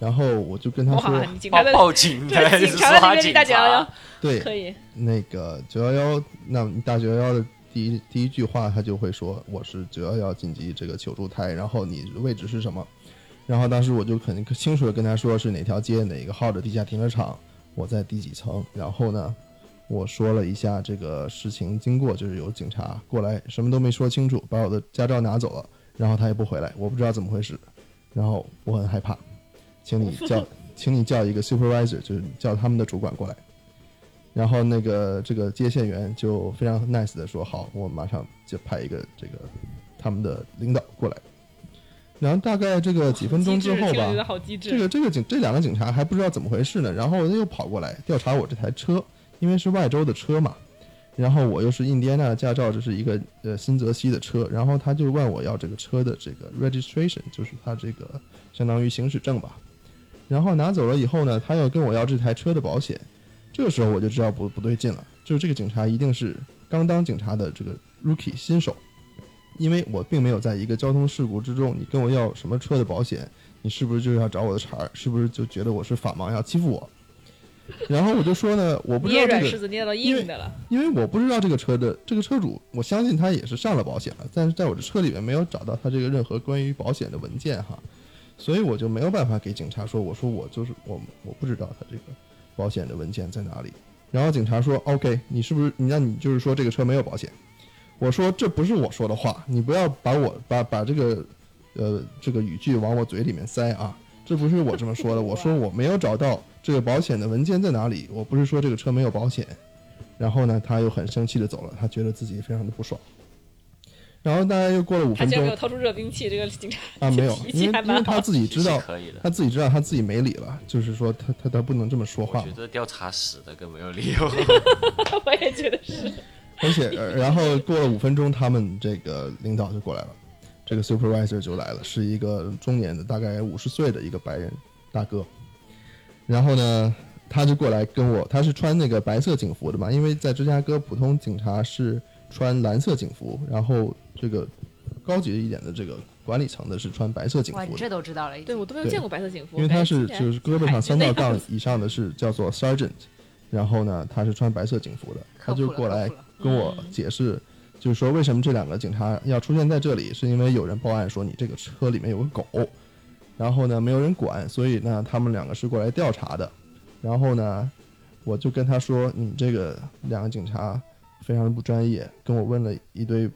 D: 然后我就跟他
F: 哇，
D: 说，
F: 你警察
E: 报
F: 的
E: 报警
F: 对
E: 的，
F: 警察在那边
E: 警
F: 大脚
E: 察
F: 呀。
D: 对，
F: 可以，
D: 那个九幺幺，那你打九幺幺的第一第一句话，他就会说我是九幺幺紧急这个求助台，然后你位置是什么？然后当时我就很清楚的跟他说是哪条街哪个号的地下停车场，我在第几层。然后呢，我说了一下这个事情经过，就是有警察过来，什么都没说清楚，把我的驾照拿走了，然后他也不回来，我不知道怎么回事，然后我很害怕，请你叫，请你叫一个 supervisor，就是叫他们的主管过来。然后那个这个接线员就非常 nice 的说：“好，我马上就派一个这个他们的领导过来。”然后大概这个几分钟
F: 机
D: 之
F: 智，
D: 后
F: 听
D: 吧，
F: 着觉得好机
D: 这
F: 智。
D: 个这个警这两个警察还不知道怎么回事呢，然后他又跑过来调查我这台车，因为是外州的车嘛，然后我又是印第安纳的驾照，这是一个呃新泽西的车，然后他就问我要这个车的这个 registration，就是他这个相当于行驶证吧，然后拿走了以后呢，他又跟我要这台车的保险，这个时候我就知道不不对劲了，就是这个警察一定是刚当警察的这个 rookie 新手，因为我并没有在一个交通事故之中，你跟我要什么车的保险，你是不是就要找我的茬儿？是不是就觉得我是法盲要欺负我？然后我就说呢，我不知
F: 捏
D: 道
F: 软
D: 这
F: 柿
D: 个，
F: 子捏到硬的了，
D: 因为我不知道这个车的这个车主，我相信他也是上了保险了，但是在我的车里面没有找到他这个任何关于保险的文件哈，所以我就没有办法给警察说，我说我就是我我不知道他这个保险的文件在哪里。然后警察说：“OK，你是不是你那你就是说这个车没有保险？”我说：“这不是我说的话，你不要把我把把这个呃这个语句往我嘴里面塞啊，这不是我这么说 的。我说我没有找到这个保险的文件在哪里，我不是说这个车没有保险。”然后呢，他又很生气的走了，他觉得自己非常的不爽。然后大概又过了五
F: 他
D: 分
F: 竟然
D: 钟
F: 没有掏出热兵器，这个警察
D: 啊，没有，
F: 脾气
D: 因为
F: 还
D: 因
F: 蛮
D: 为他
F: 好
D: 自己知
E: 其实
D: 道，
E: 可以的。
D: 他自己知道他自己没理了，就是说他他他不能这么说
E: 我
D: 话
E: 觉。得调查死的更没有 理由。
F: 我也觉得是。
D: 而且，呃然后过了五分钟，他们这个领导就过来了，这个 supervisor 就来了，是一个中年的，大概五十岁的一个白人大哥。然后呢，他就过来跟我，他是穿那个白色警服的嘛，因为在芝加哥普通警察是穿蓝色警服，然后这个高级一点的这个管理层的是穿白色警
C: 哇，
D: 服
C: 你
D: 的
C: 这。都知道了，已
F: 对
C: 经
F: 我都没有
D: 对
F: 见过白色警服，
D: 因为
F: 我
D: 他
F: 感觉
D: 是
F: 竟然
D: 就是胳膊上三道杠
F: 海军
D: 以上的是叫做 sergeant，然后呢他是穿白色警服的，
C: 科
D: 他就
C: 普了，
D: 过来
C: 科普了
D: 跟我解释，就是说为什么这两个警察要出现在这里，是因为有人报案说你这个车里面有个狗，然后呢没有人管，所以呢他们两个是过来调查的，然后呢我就跟他说你这个两个警察非常的不专业，跟我问了一堆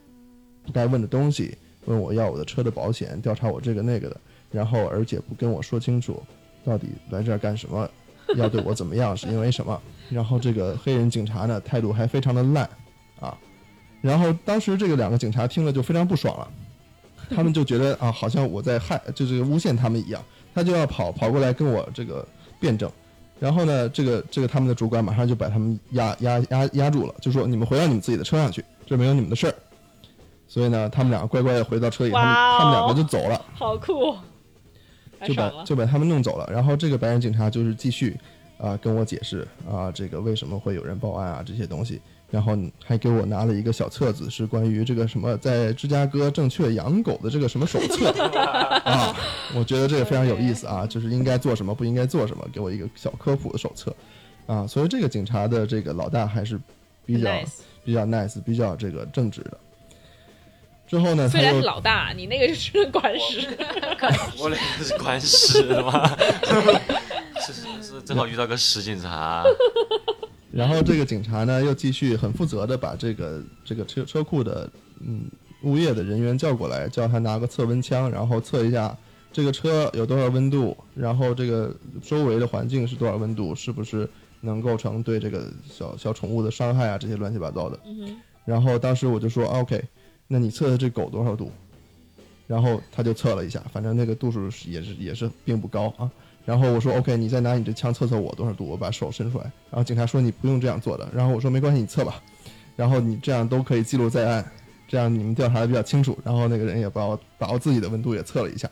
D: 不该问的东西，问我要我的车的保险，调查我这个那个的，然后而且不跟我说清楚到底来这儿干什么。 要对我怎么样，是因为什么？然后这个黑人警察呢，态度还非常的烂，啊，然后当时这个两个警察听了就非常不爽了，他们就觉得 啊，好像我在害，就是诬陷他们一样，他就要跑跑过来跟我这个辩证，然后呢，这个这个他们的主管马上就把他们压压压压住了，就说你们回到你们自己的车上去，这没有你们的事儿。所以呢，他们两个乖乖的回到车里，他们
F: 哇哦
D: 他们两个就走了。
F: 好酷，太
D: 就把
F: 爽了。
D: 就把他们弄走了。然后这个白人警察就是继续啊、跟我解释啊、这个为什么会有人报案啊这些东西，然后还给我拿了一个小册子，是关于这个什么在芝加哥正确养狗的这个什么手 册啊。我觉得这个非常有意思啊，就是应该做什么，不应该做什么，给我一个小科普的手册啊。所以这个警察的这个老大还是比较
F: nice，
D: 比较 nice，比较这个正直的。之后呢，他
F: 虽然
D: 又
F: 是老大，你那个是管事，
E: 我俩是管屎的吗？ 是是是，正好遇到个屎警察，
D: 然后这个警察呢，又继续很负责的把这个这个车车库的嗯物业的人员叫过来，叫他拿个测温枪，然后测一下这个车有多少温度，然后这个周围的环境是多少温度，是不是能构成对这个小小宠物的伤害啊，这些乱七八糟的。然后当时我就说、啊 OK，那你测的这狗多少度？然后他就测了一下，反正那个度数是也是也是并不高啊。然后我说 OK，你再拿你这枪测测我多少度，我把手伸出来。然后警察说你不用这样做的。然后我说没关系，你测吧。然后你这样都可以记录在案，这样你们调查的比较清楚。然后那个人也把我把我自己的温度也测了一下。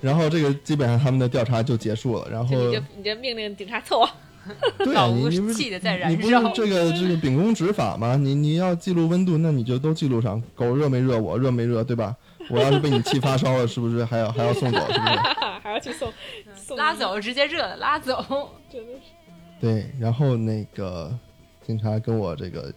D: 然后这个基本上他们的调查就结束了。然后
F: 就你就你就命令警察凑啊，
D: 对 啊，
C: 老
D: 你
C: 吴
D: 你不是
C: 气得在燃
D: 你不是
C: 烧
D: 这个这个秉公执法吗？你你要记录温度，那你就都记录上。狗热没热我，热没热，对吧？我要是被你气发烧了，是不是还要还要送走？是不是？
F: 啊还要去送送
C: 嗯拉，走，直接热了，拉走。
F: 真的是
D: 对，然后那个警察跟我这个，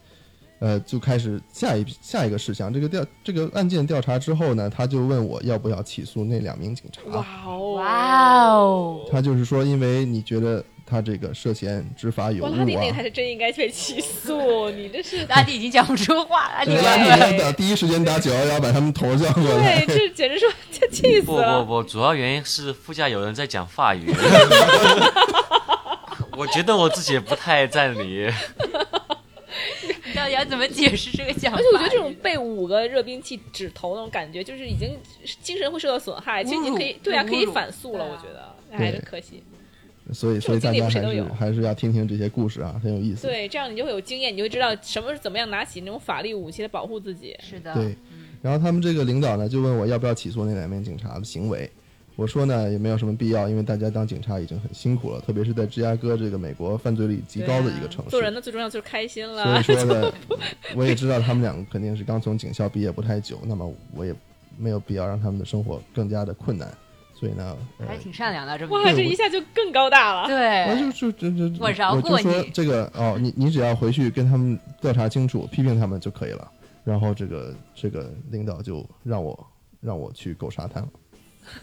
D: 呃，就开始下一批下一个事项。这个调这个案件调查之后呢，他就问我要不要起诉那两名警察。
F: 哇哦
C: 哇哦，
D: 他就是说，因为你觉得他这个涉嫌执法有误
F: 哇，
D: 啊。
F: 拉丁那个才是真应该被起诉，你这是
C: 拉蒂已经讲不出话了，拉蒂
D: 对，拉
C: 完了
D: 你 要打第一时间打九幺幺，把他们头叫过来。
F: 对，这简直说这气死
E: 不不
F: 了。
E: 不，主要原因是副驾有人在讲法语。 我觉得我自己也不太占理，
C: 你到底要怎么解释这个讲法？
F: 而且我觉得这种被五个热兵器指头那种感觉，就是已经精神会受到损害。其实你可以
C: 侮辱
F: 对啊，
C: 侮
F: 可以
C: 辱
F: 反诉了，
C: 对啊
F: 我觉得，哎，
D: 对
F: 真可惜。
D: 所以，
F: 这
D: 所
F: 种经
D: 以大
F: 历
D: 家
F: 不是
D: 还
F: 都
D: 是
F: 有
D: 还是要听听这些故事啊，很有意思。
F: 对，这样你就会有经验，你就会知道什么是怎么样拿起那种法力武器来保护自己。
C: 是的，
F: 嗯
D: 对然后他们这个领导呢，就问我要不要起诉那两名警察的行为。我说呢，也没有什么必要，因为大家当警察已经很辛苦了，特别是在芝加哥这个美国犯罪率极高的一个城市。
F: 啊做人呢最重要就是开心
D: 所
F: 了
D: 以， 说呢，我也知道他们两个肯定是刚从警校毕业不太久，那么我也没有必要让他们的生活更加的困难，所以呢，呃
C: 还，挺善良的，这么
F: 哇，
C: 一个
F: 这一下就更高大了。
D: 那
C: 对，
D: 就就就就
C: 我饶
D: 我
C: 过
D: 就说
C: 你
D: 这个哦，你你只要回去跟他们调查清楚，批评他们就可以了。然后这个这个领导就让我让我去狗沙滩了。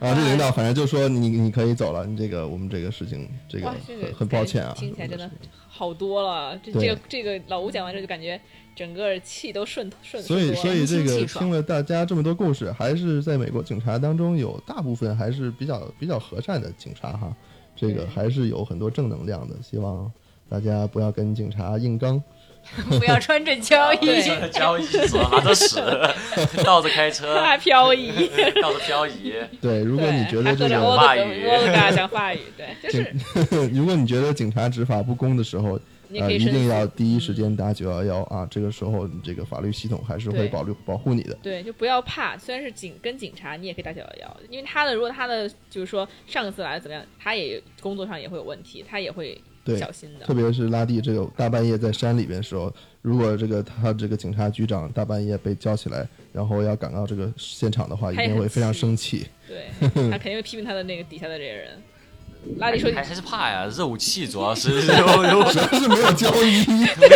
D: 啊，这
F: 哎
D: 领导反正就说你你可以走了，你这个我们这个事情这个
F: 哇，这个
D: 很很抱歉啊，
F: 听起来真的
D: 什么
F: 好多了。这
D: 对
F: 这个这个老吴讲完之后，就感觉整个气都顺顺
D: 所以，
F: 顺多
D: 所
F: 了
D: 以这
C: 心
D: 个
C: 气爽
D: 听了大家这么多故事，还是在美国警察当中有大部分还是比较比较和善的警察哈，这个还是有很多正能量的。希望大家不要跟警察硬 刚。
C: 不要穿着胶衣。
E: 对，交易所拿 着屎，倒着开车，
F: 大漂移。
E: 倒着漂移，
D: 对， 如果
F: 对，
D: 你觉
F: 还
D: 得
F: 喝
D: 这
F: 着
E: 欧
F: 欧
E: 欧
D: 个，
E: 法
F: 大
E: 语
F: 欧大讲法语，对，就
D: 警
F: 是
D: 如果你觉得警察执法不公的时候，
F: 你
D: 啊，
F: 可以嗯
D: 一
F: 申
D: 定
F: 诉
D: 要第一时间打九幺幺啊！这个时候，你这个法律系统还是会
F: 对
D: 保留保护你的。
F: 对，就不要怕。虽然是警跟警察，你也可以打九幺幺，因为他的如果他的就是说上司来了怎么样，他也工作上也会有问题，他也会
D: 对，
F: 小心 的
D: 特。别是拉蒂这个大半夜在山里边的时候，如果这个他这个警察局长大半夜被叫起来，然后要赶到这个现场的话，一
F: 他也
D: 定会
F: 很
D: 非常
F: 气
D: 生气。
F: 对，他肯定会批评他的那个底下的这些人。拉力说
E: 还还是怕呀，热武器 主要是没
D: 但是没有交 易，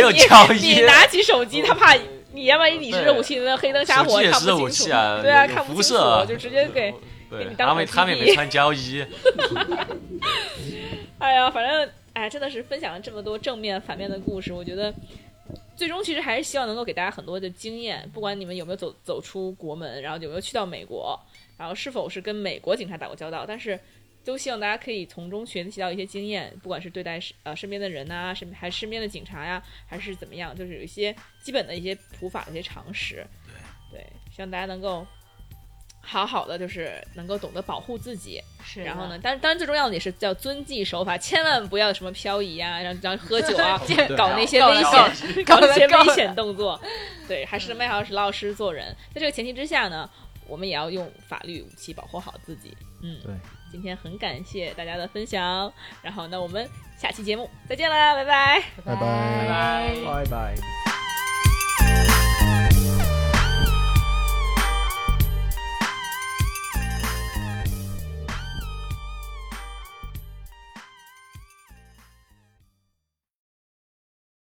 E: 有交
F: 你
E: 易
F: 你。拿起手机，他怕你，要万一你是
E: 对
F: 热武器，那黑灯瞎
E: 手
F: 火
E: 机也
F: 看
E: 是热
F: 不
E: 武
F: 清
E: 器
F: 楚，
E: 啊，
F: 对啊，
E: 有
F: 看不清
E: 辐
F: 楚
E: 射，，
F: 就直接给。
E: 对
F: 你，当
E: 他们
F: 火
E: 他们也
F: 机
E: 没穿胶衣，
F: 哎呀，反正哎，真的是分享了这么多正面、反面的故事，我觉得最终其实还是希望能够给大家很多的经验，不管你们有没有走走出国门，然后有没有去到美国，然后是否是跟美国警察打过交道，但是都希望大家可以从中学习到一些经验，不管是对待呃身边的人呐、身还是身边的警察呀、还是怎么样，就是有一些基本的一些普法的一些常识。对，希望大家能够好好的，就是能够懂得保护自己。
C: 是
F: 然后呢，？但当然最重要的也是叫遵纪守法，千万不要有什么漂移啊，然后然后喝酒啊
C: 这，
F: 搞那些
C: 够了
F: 危险，
C: 够
F: 搞嗯
C: 了
F: 那些
C: 够了
F: 危险动 作。对，还是迈好老老实实做人。在这个前提之下呢，我们也要用法律武器保护好自己。嗯，
B: 对。
F: 今天很感谢大家的分享，然后那我们下期节目再见啦，拜拜。
D: 拜拜
B: 拜拜。